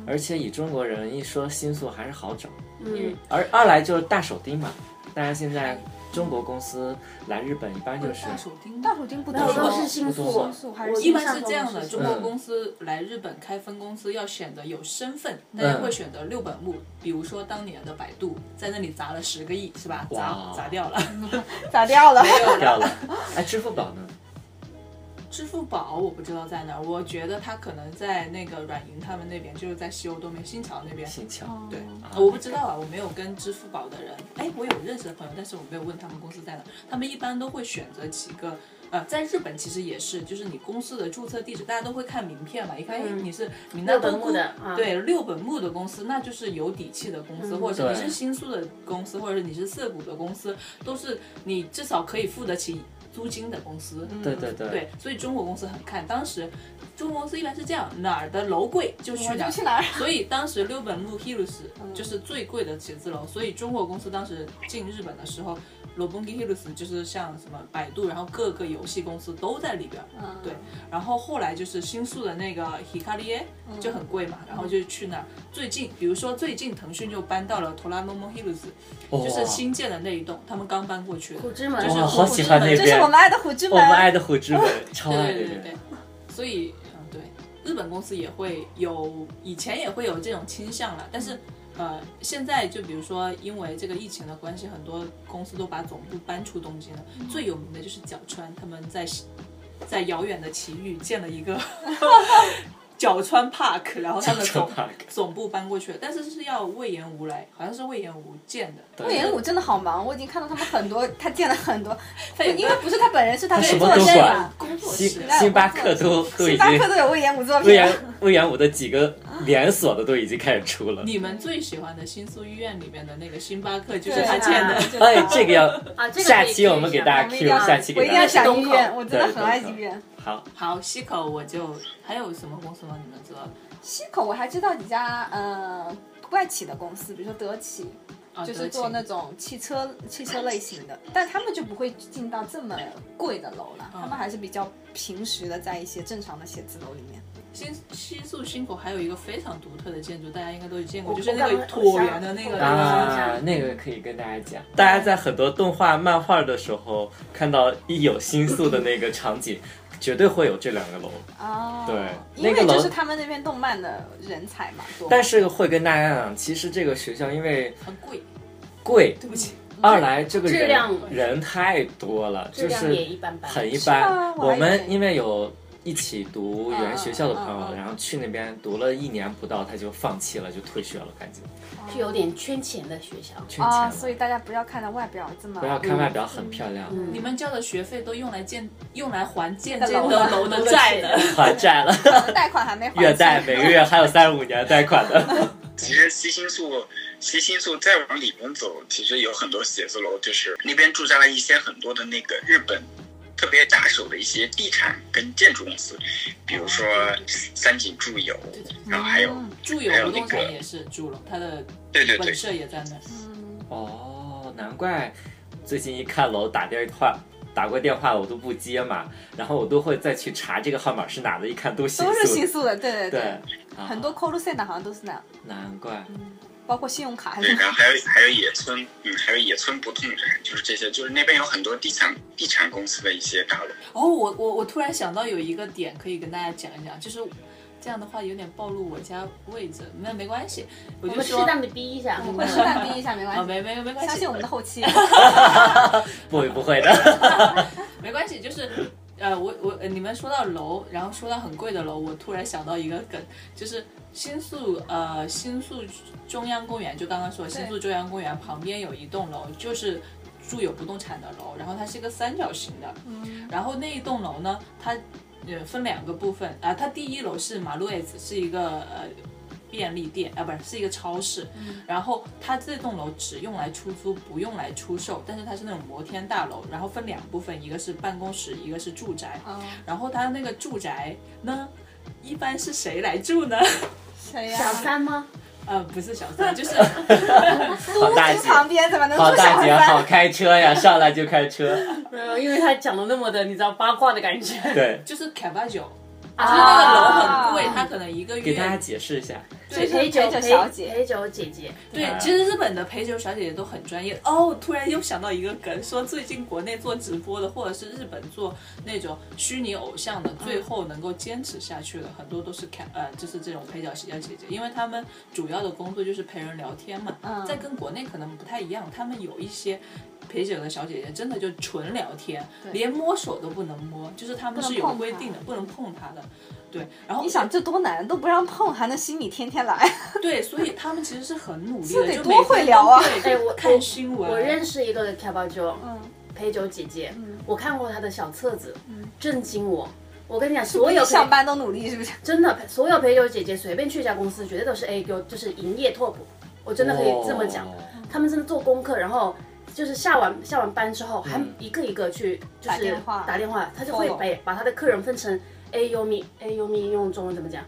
D: 而且以中国人一说新宿还是好找，
B: 嗯，
D: 而二来就是大手钉嘛，大家现在中国公司来日本一般就是
F: 大手钉
E: 大手钉不
B: 那
E: 多
B: 如果
D: 我
B: 是
E: 收，
B: 新
D: 我
B: 宿
D: 懂，
E: 速还是
B: 我
F: 一
E: 新
F: 般是这样的，
B: 嗯
F: 中国公司来日本开分公司要选择有身份，大
D: 嗯
F: 家会选择六本木，比如说当年的百度在那里砸了十个亿，是吧？砸
D: 哇
F: 砸掉了。
E: 咋掉了？
D: 掉了。 哎，支付宝呢？
F: 支付宝我不知道在哪儿，我觉得它可能在那个软银他们那边，就是在西欧东边新桥那边。
D: 新桥
F: 对
D: 啊，
F: 我不知道啊，我没有跟支付宝的人，哎，我有认识的朋友，但是我没有问他们公司在哪儿。他们一般都会选择几个，呃，在日本其实也是，就是你公司的注册地址，大家都会看名片嘛，一看、哎你是明大
B: 嗯六本木的啊嗯
F: 对，六本木的公司，那就是有底气的公司，或者
D: 对
F: 是你是新宿的公司，或者是你是涩谷的公司，都是你至少可以付得起租金的公司。
B: 嗯
D: 对 对对
F: 对，所以中国公司很看，当时中国公司一般是这样，哪儿的楼贵就去
E: 我
F: 哪
E: 就
F: 儿。
E: 去嗯哪儿？
F: 所以当时六本木 Hills 就是最贵的写字楼，所以中国公司当时进日本的时候，罗本基 Hills 就是像什么百度，然后各个游戏公司都在里边儿。
E: 嗯
F: 对，然后后来就是新宿的那个 Hikarie 就很贵嘛，然后就去那儿。最近，比如说最近腾讯就搬到了 Toramomo Hills，就是
D: 哦
F: 新建的那一栋，他们刚搬过去的。
B: 虎之门，
F: 就是
D: 哇，哦好喜欢那
E: 就是
D: 边
E: 我，们爱的虎之
D: 我
E: 门。
D: 们爱的虎之门，超爱
F: 对
D: 那
F: 对对对
D: 边。，
F: 所以嗯对，日本公司也会有以前也会有这种倾向了，但是呃现在就比如说因为这个疫情的关系，很多公司都把总部搬出东京了，最有名的就是角川，他们在在遥远的埼玉建了一个角川 Park，然后他们
D: 角
F: 总
D: 川 Park
F: 总部搬过去了，但是是要魏延吴来，好像是魏延吴建的，
D: 对
E: 魏延武真的好忙，我已经看到他们很多，他建了很多，
F: 他也
E: 因为不是他本人，是他
D: 他什
E: 工
D: 么
E: 作
D: 都
E: 室
D: 管
E: 吧。，
F: 工作室
D: 星
F: 啊
D: 星巴克都都已
E: 星巴
D: 经
E: 克，都有魏延武作
D: 魏
E: 品
D: 延，魏延武的几个连锁的都已经开始出了。
F: 你们最喜欢的新宿医院里面的那个星巴克就是
E: 对
F: 他
E: 啊
F: 建 的。
E: 就 是
D: 哎，这个 要
B: 啊，这个
D: 下
B: 可以
D: 期我
B: 去
D: 们给
B: 一下
D: 大
E: 我
D: 家 Q，
E: 们一定要
D: 下期
E: 我
D: 给
E: 一定要
D: 大家。
E: 想医院，我真的很爱
D: 对
E: 医院。
D: 好，
F: 好，西口我就还有什么公司吗？你们知道？
E: 西口我还知道几家呃外企的公司，比如说德企，
F: 啊
E: 就是做那种汽车汽车类型的，但他们就不会进到这么贵的楼了，
F: 嗯
E: 他们还是比较平时的，在一些正常的写字楼里面。
F: 新新宿新口还有一个非常独特的建筑，大家应该都见过，
B: 我
F: 就是那个椭圆的那个
B: 我刚刚
F: 东西。
D: 啊，那个可以跟大家讲。
H: 大家在很多动画、漫画的时候，看到一有新宿的那个场景，绝对会有这两个楼，
E: 哦，
H: 对
E: 因
H: 那
E: 为
H: 个楼
E: 就是他们那边动漫的人才嘛多。
D: 但是会跟大家讲，其实这个学校因为
F: 很贵，
D: 贵，
F: 对不起，
D: 二来这个
B: 质量
D: 人人太多了，
B: 质
D: 就
B: 量也一
D: 是
B: 般般。
D: 很一
E: 是
D: 般
E: 吗。我还以为
D: 们因为有一起读语言学校的朋
E: 嗯嗯嗯
D: 友，
E: 嗯
D: 然后去那边读了一年不到，他就放弃了，就退学了，感觉
B: 是有点圈钱的学校。
D: 圈钱
E: 啊、
D: 了。
E: 哦所以嗯大家不要看到外表这么
D: 不要看外表很漂
B: 嗯
D: 亮，
F: 你们交的学费都用来建，用来还建
E: 的
F: 这
E: 楼
F: 个
E: 了
F: 楼的债的。
H: 还债了，
E: 贷款还没还清
H: 月贷每个月还有三十五年贷款的，
G: 其实西新宿，西新宿再往里面走，其实有很多写字楼，就是那边驻扎了一些很多的那个日本特别拿手的一些地产跟建筑公司，比如说三井住友，然后还有
F: 住友不动产也是住了，它的
G: 对对对
F: 本，社也在那儿。
E: 嗯
D: 哦，难怪最近一看楼打电话打过电话我都不接嘛，然后我都会再去查这个号码是哪的，一看都新
E: 都是
D: 宿
E: 新宿的，对对
D: 对，啊
E: 很多 call center 好像都是那样，
D: 难怪
E: 嗯包括信用卡还
G: 对，
E: 是
G: 然后还有还有野村，嗯，还有野村不动产，就是这些，就是那边有很多地产地产公司的一些大楼。
F: 哦，我我我突然想到有一个点可以跟大家讲一讲，就是这样的话有点暴露我家位置，那没关系，我
B: 我嗯
F: 就
B: 们适
F: 说
B: 当的逼一下，
E: 会适当逼一下没
F: 啊，
E: 关系，
F: 没没没关
E: 相
F: 系
E: 信我，们的后期。
D: 不会不会的，
F: 没关系，就是。呃，我我呃你们说到楼，然后说到很贵的楼，我突然想到一个梗，就是新宿呃新宿中央公园，就刚刚说新宿中央公园旁边有一栋楼，就是住有不动产的楼，然后它是一个三角形的，然后那一栋楼呢，它呃分两个部分啊、它第一楼是马路 S，是一个呃便利店啊，不是是一个超市，然后它这栋楼只用来出租，不用来出售，但是它是那种摩天大楼，然后分两部分，一个是办公室，一个是住宅，
E: 哦
F: 然后它那个住宅呢，一般是谁来住呢？
E: 谁呀、
B: 小三吗？
F: 呃，不是小三，就是，
D: 好大
E: 租
D: 姐
E: 金，旁边怎么能
D: 好
E: 住小
D: 大姐，好
E: 三？
D: 开车呀，上来就开车，
B: 没有， 因为他讲的那么的，你知道八卦的感觉。
H: 对
F: 就是凯巴酒，
B: 啊，
F: 就是那个楼很贵，它可能一个
D: 给大家
F: 月
D: 解释一下，
E: 对
B: 陪酒
E: 陪酒小姐
B: 陪酒姐姐，
F: 对，其实日本的陪酒小姐姐都很专业哦。突然又想到一个梗，说最近国内做直播的，或者是日本做那种虚拟偶像的，
E: 嗯
F: 最后能够坚持下去的，很多都是看呃，就是这种陪酒小姐姐，因为他们主要的工作就是陪人聊天嘛，
E: 嗯
F: 在跟国内可能不太一样，他们有一些。陪酒的小姐姐真的就纯聊天，连摸手都不能摸，就是他们是有
E: 不能碰
F: 规
E: 她
F: 定的，不能碰她的。对，然后
E: 你想这多难，都不让碰，还能吸你天天来，
F: 对，所以他们其实是很努力
E: 这
F: 的，
E: 得
F: 就
E: 多
F: 每天
E: 会
F: 都
E: 聊啊
F: 会
B: 哎我
F: 看新闻，
B: 我认识一个调包酒，
E: 嗯
B: 陪酒姐姐，我看过她的小册子，震惊我。我跟你讲，所
E: 我
B: 有
E: 有
B: 陪
E: 嗯上班都努力，是不是？
B: 真的所有陪酒姐姐随便去一家公司，绝对都是 A 有就是营业 top，我真的可以这么讲。
D: 哦
B: 他们真的做功课，然后就是下完下完班之后，还一个一个去就是
E: 打电话
B: 打电话，他就会
E: follow
B: 把把他的客人分成 A 优米 A 优米用中文怎么讲？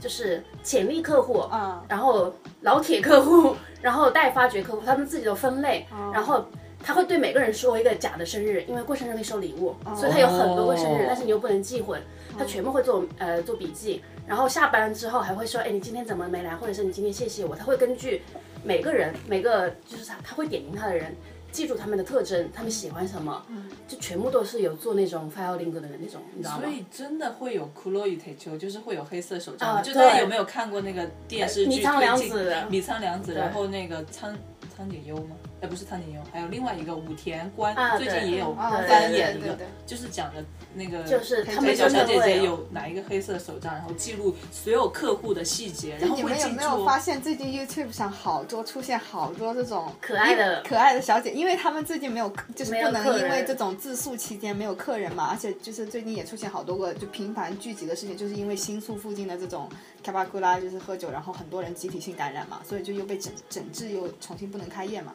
B: 就是潜力客户，
E: 嗯
B: 然后老铁客户， 然后待发掘客户，他们自己都分类，
E: 哦
B: 然后。他会对每个人说一个假的生日，因为过生日可以收礼物，
E: 哦
B: 所以他有很多个生日，
D: 哦
B: 但是你又不能记混，
E: 嗯
B: 他全部会做呃做笔记，然后下班之后还会说，哎，你今天怎么没来，或者是你今天谢谢我，他会根据每个人每个就是他他会点名他的人，记住他们的特征，他们喜欢什么，就全部都是有做那种 filing 的那种，你知道吗
F: 嗯所？以真的会有 Kuro y t e 就是会有黑色手杖。
B: 啊
F: 就大家
B: 对
F: 有没有看过那个电视剧？
B: 米仓凉子
F: 最近米仓凉子，
B: 对
F: 然后那个苍苍井优吗？哎，不是苍井优，还有另外一个武田观，
B: 啊
F: 最近
B: 对
F: 也有
E: 啊
B: 对
F: 翻
E: 对
F: 演一
E: 对
F: 个
E: 对，
F: 就是讲的那个
B: 就是他
F: 陪
B: 们
F: 酒
B: 真
F: 小
B: 的
F: 姐姐
B: 会
F: 有拿一个黑色手杖，然后记录所有客户的细节，然后
E: 你
F: 会
E: 们有
F: 记
E: 没
F: 住
E: 有发现最近 YouTube 上好多出现好多这种
B: 可爱的
E: 可爱的小姐？因为他们最近没有，就是
B: 没有
E: 不能
B: 客
E: 因
B: 人
E: 为这种自述期间没有客人嘛，而且就是最近也出现好多个就频繁聚集的事情，就是因为新宿附近的这种卡巴库拉就是喝酒，然后很多人集体性感染嘛，所以就又被整整治，又重新不能开业嘛。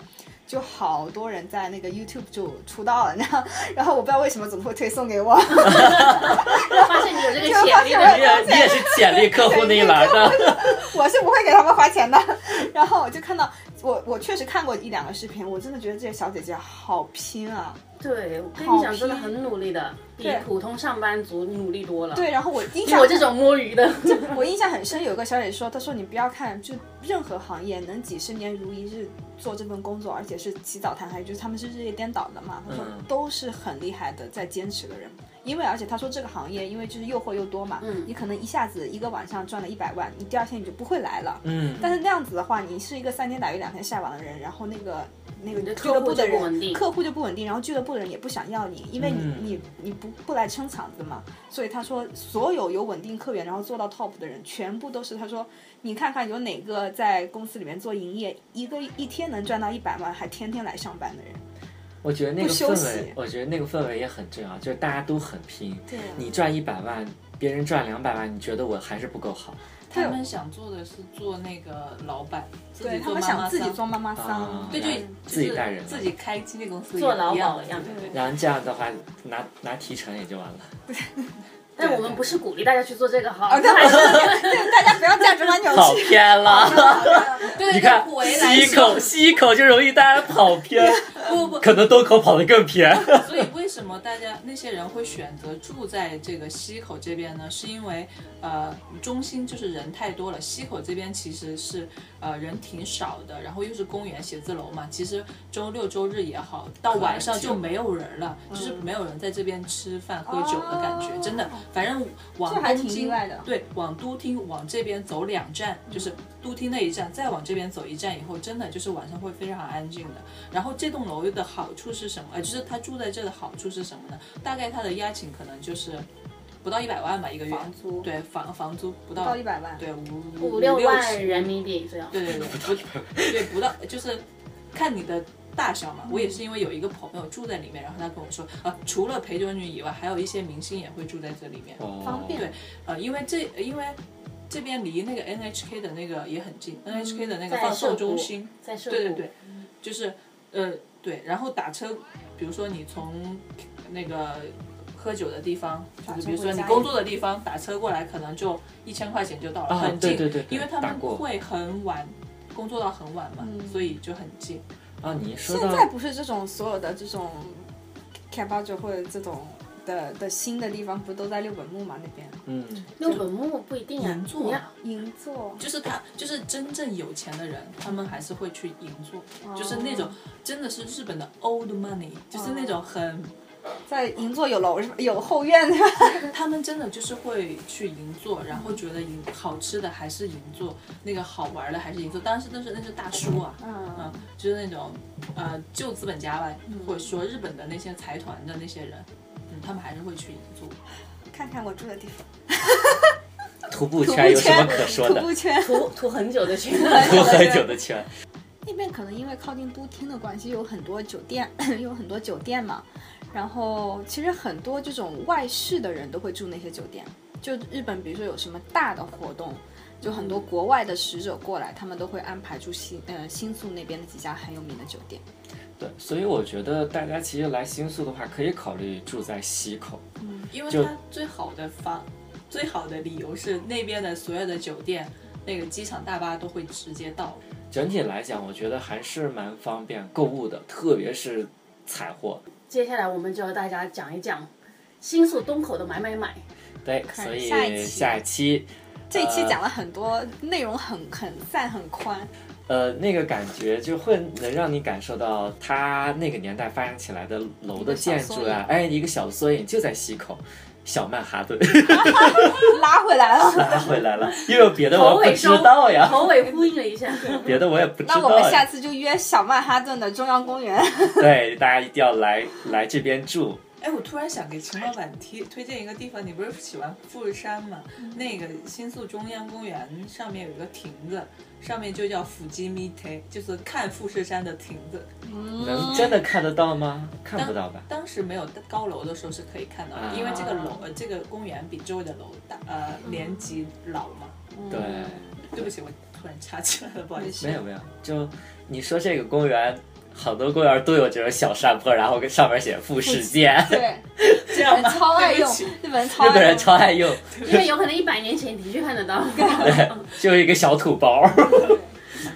E: 就好多人在那个 YouTube 就出道了，然后然后我不知道为什么总会推送给我，
B: 发现你有这个潜 力
E: 就发现
B: 的
D: 你也你也是潜力客户那一栏的，
E: 我是不会给他们花钱的。然后我就看到我我确实看过一两个视频，我真的觉得这些小姐姐好拼啊。
B: 对，我跟
E: 好
B: 你讲，真的
E: 拼
B: 很努力的，比
E: 对
B: 普通上班族努力多了。
E: 对，，然后我印
B: 比
E: 象
B: 啊我这种摸鱼的，
E: 我印象很深，有个小姐姐说，她说你不要看，就任何行业能几十年如一日做这份工作，而且是起早贪黑，就是他们是日夜颠倒的嘛。她说
D: 嗯
E: 都是很厉害的，在坚持的人。因为而且她说这个行业，因为就是诱惑又多嘛，
B: 嗯
E: 你可能一下子一个晚上赚了一百万，你第二天你就不会来了。
D: 嗯，
E: 但是那样子的话，你是一个三天打鱼两天晒网的人，然后那个那
B: 你
E: 个
B: 的
E: 俱乐部的
B: 客户就不稳
E: 人，
B: 定
E: 客户就不稳定，然后俱乐部的人也不想要你，因为你、
D: 嗯
E: 你你不不来撑场子嘛。所以他说，所有有稳定客源然后做到 top 的人，全部都是他说，你看看有哪个在公司里面做营业，一个一天能赚到一百万，还天天来上班的人。
D: 我觉得那个
E: 不休
D: 氛
E: 息
D: 围，我觉得那个氛围也很重要，就是大家都很拼。
E: 对啊
D: 你赚一百万，别人赚两百万，你觉得我还是不够好？
F: 他们想做的是做那个老板，自己
E: 对他
F: 做
E: 们
F: 妈妈
E: 想自己
F: 桑
E: 做妈妈
D: 啊
E: 桑，
F: 对，就
D: 然
F: 就
D: 自己
F: 是
D: 带人
F: 自己开经纪公司
B: 做
F: 也
B: 老
F: 一样
B: 鸨一样
F: 对
B: 的
F: 对对。
D: 然后这样的话，拿拿提成也就完 了。
B: 但我们不是鼓励大家去做这个哈，
E: 啊，对，
B: 还是
E: 对大家不要价值观扭
D: 跑
E: 曲。
D: 偏了，
F: 对
D: 你看
F: 回来
D: 吸一口吸一口就容易大家跑偏，
F: 不不，
D: 可能多口跑得更偏。
F: 所以为什么大家那些人会选择住在这个西口这边呢？是因为呃中心就是人太多了，西口这边其实是呃人挺少的，然后又是公园写字楼嘛，其实周六周日也好，到晚上就没有人了，就是没有人在这边吃饭喝酒的感觉，
E: 哦
F: 真的。反正往
E: 这还
F: 东
E: 挺
F: 京
E: 意外的嗯
F: 对，往都厅往这边走两站，就是都厅那一站，再往这边走一站以后，真的就是晚上会非常安静的。然后这栋楼的好处是什么？呃，就是他住在这的好处是什么呢？大概他的押金可能就是不到一百万吧，一个月。
E: 房租
F: 对房房租不到
E: 到一百万，
F: 对五
B: 五
F: 六
B: 六
F: 十
B: 万人民币这样。
F: 对对对，不对不到就是看你的大小嘛。我也是因为有一个朋友住在里面，然后他跟我说啊，除了陪酒女以外，还有一些明星也会住在这里面。
D: 方
E: 方便。
F: 呃，因为这因为这边离那个 NHK 的那个也很近、n h k 的那个
B: 嗯在
F: 放
B: 涩
F: 送
B: 谷
F: 中心，
B: 在社
F: 对对
B: 畜
F: 对，就是呃对，然后打车，比如说你从那个喝酒的地方，就是比如说你工作的地方打车过来，可能就一千块钱就到了，
D: 啊
F: 很近，
D: 对对对对
F: 因为他
D: 打
F: 们
D: 过
F: 会很晚。工作到很晚嘛，
E: 嗯
F: 所以就很近。
D: 啊，你一说
E: 现
D: 到
E: 在不是这种所有的这种 c a b a j o 或者这种的的新的地方，不都在六本木嘛那边？
D: 嗯，
B: 六本木不一定啊
F: 银，座
B: 你看
E: 银座
F: 就是他，就是真正有钱的人，他们还是会去银座，就是那种真的是日本的 old money，就是那种很
E: 在银座有楼有后院的，
F: 他们真的就是会去银座，然后觉得银好吃的还是银座，那个好玩的还是银座。当时那是那是大叔啊，
E: 嗯，
F: 就是那种呃旧资本家吧，或者说日本的那些财团的那些人，嗯，他们还是会去银座。
E: 看看我住的地方，
D: 徒步
E: 徒
D: 圈
E: 步
D: 有什么
E: 圈
D: 可，说
E: 徒
D: 的？
E: 步圈。
B: 涂涂很久 的裙子。
D: 徒很久的圈，
E: 那边可能因为靠近都厅的关系，有很多酒店， 有很多酒店嘛。然后其实很多这种外事的人都会住那些酒店。就日本，比如说有什么大的活动，就很多国外的使者过来，他们都会安排住新呃新宿那边的几家很有名的酒店。
D: 对，所以我觉得大家其实来新宿的话，可以考虑住在西口，
F: 因为
D: 就
F: 它最好的方，最好的理由是那边的所有的酒店，那个机场大巴都会直接到。
D: 整体来讲，我觉得还是蛮方便购物的，特别是采货。
B: 接下来我们就要大家讲一讲新宿东口的买买买。
D: 对，
E: 看
D: 所以
E: 下一期
D: 下一期，
E: 这一期讲了很多内容很，很散很宽。
D: 呃，那个感觉就会能让你感受到它那个年代发展起来的楼的建筑啊，哎，一个小缩影就在西口。小曼哈 顿
E: 拉回来 了。
D: 拉回来了，因为别的
B: 头
D: 我不
B: 尾
D: 知
B: 收
D: 道呀，
B: 头尾呼应了一下，
D: 别的我也不知道
E: 那
D: 呀。
E: 我们下次就约小曼哈顿的中央公园。
D: 对大家一定要来来这边住，
F: 哎，我突然想给秦老板提推荐一个地方，你不是喜欢富士山吗？那个新宿中央公园上面有一个亭子，上面就叫富吉米台，就是看富士山的亭子。
E: 嗯
D: 能嗯真的看得到吗？看不到吧？
F: 当时没有高楼的时候是可以看到
D: 啊嗯
F: 的，因为这个楼呃这个公园比周围的楼大呃年级老嘛。
D: 对，
F: 对不起，我突然插起来了，不好意思。
D: 没有没有，就你说这个公园，好多公园都有这种小山坡，然后跟上面写富士见，
E: 对，
F: 这
E: 日
F: 样
E: 本
F: 吧，
E: 超爱
F: 对
E: 用
F: 不起，
E: 日本 超
D: 日本
E: 爱
D: 人
E: 用。
D: 超爱用，
B: 因为有可能一百年前的确看得到。
D: 对，就是一个小土包。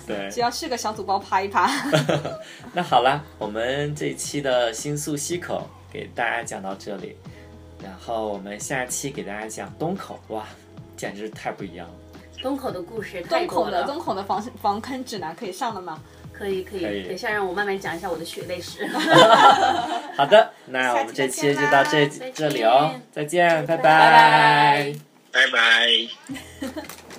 H: 对
E: 只要是个小土包拍一 拍。
D: 那好啦，我们这一期的新宿西口给大家讲到这里，然后我们下期给大家讲东口，哇，简直太不一样了。
B: 东口的故事太
E: 东
B: 多
E: 口的
B: 了，
E: 东口的防防坑指南可以上了吗？
B: 可以可以，
D: 可以
B: 等一下让我慢慢讲一下我的血泪史。
D: 好的，那我们这期就到这
B: 再见
D: 这里哦，再见，拜拜
E: 拜
G: 拜拜。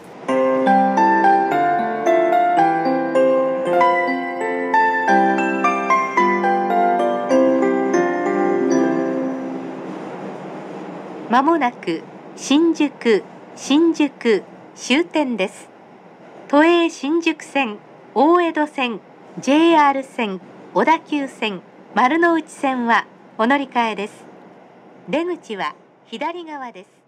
A: まもなく新宿新宿終点です都営新宿線大江戸線 JR 線小田急線丸の内線はお乗り換えです出口は左側です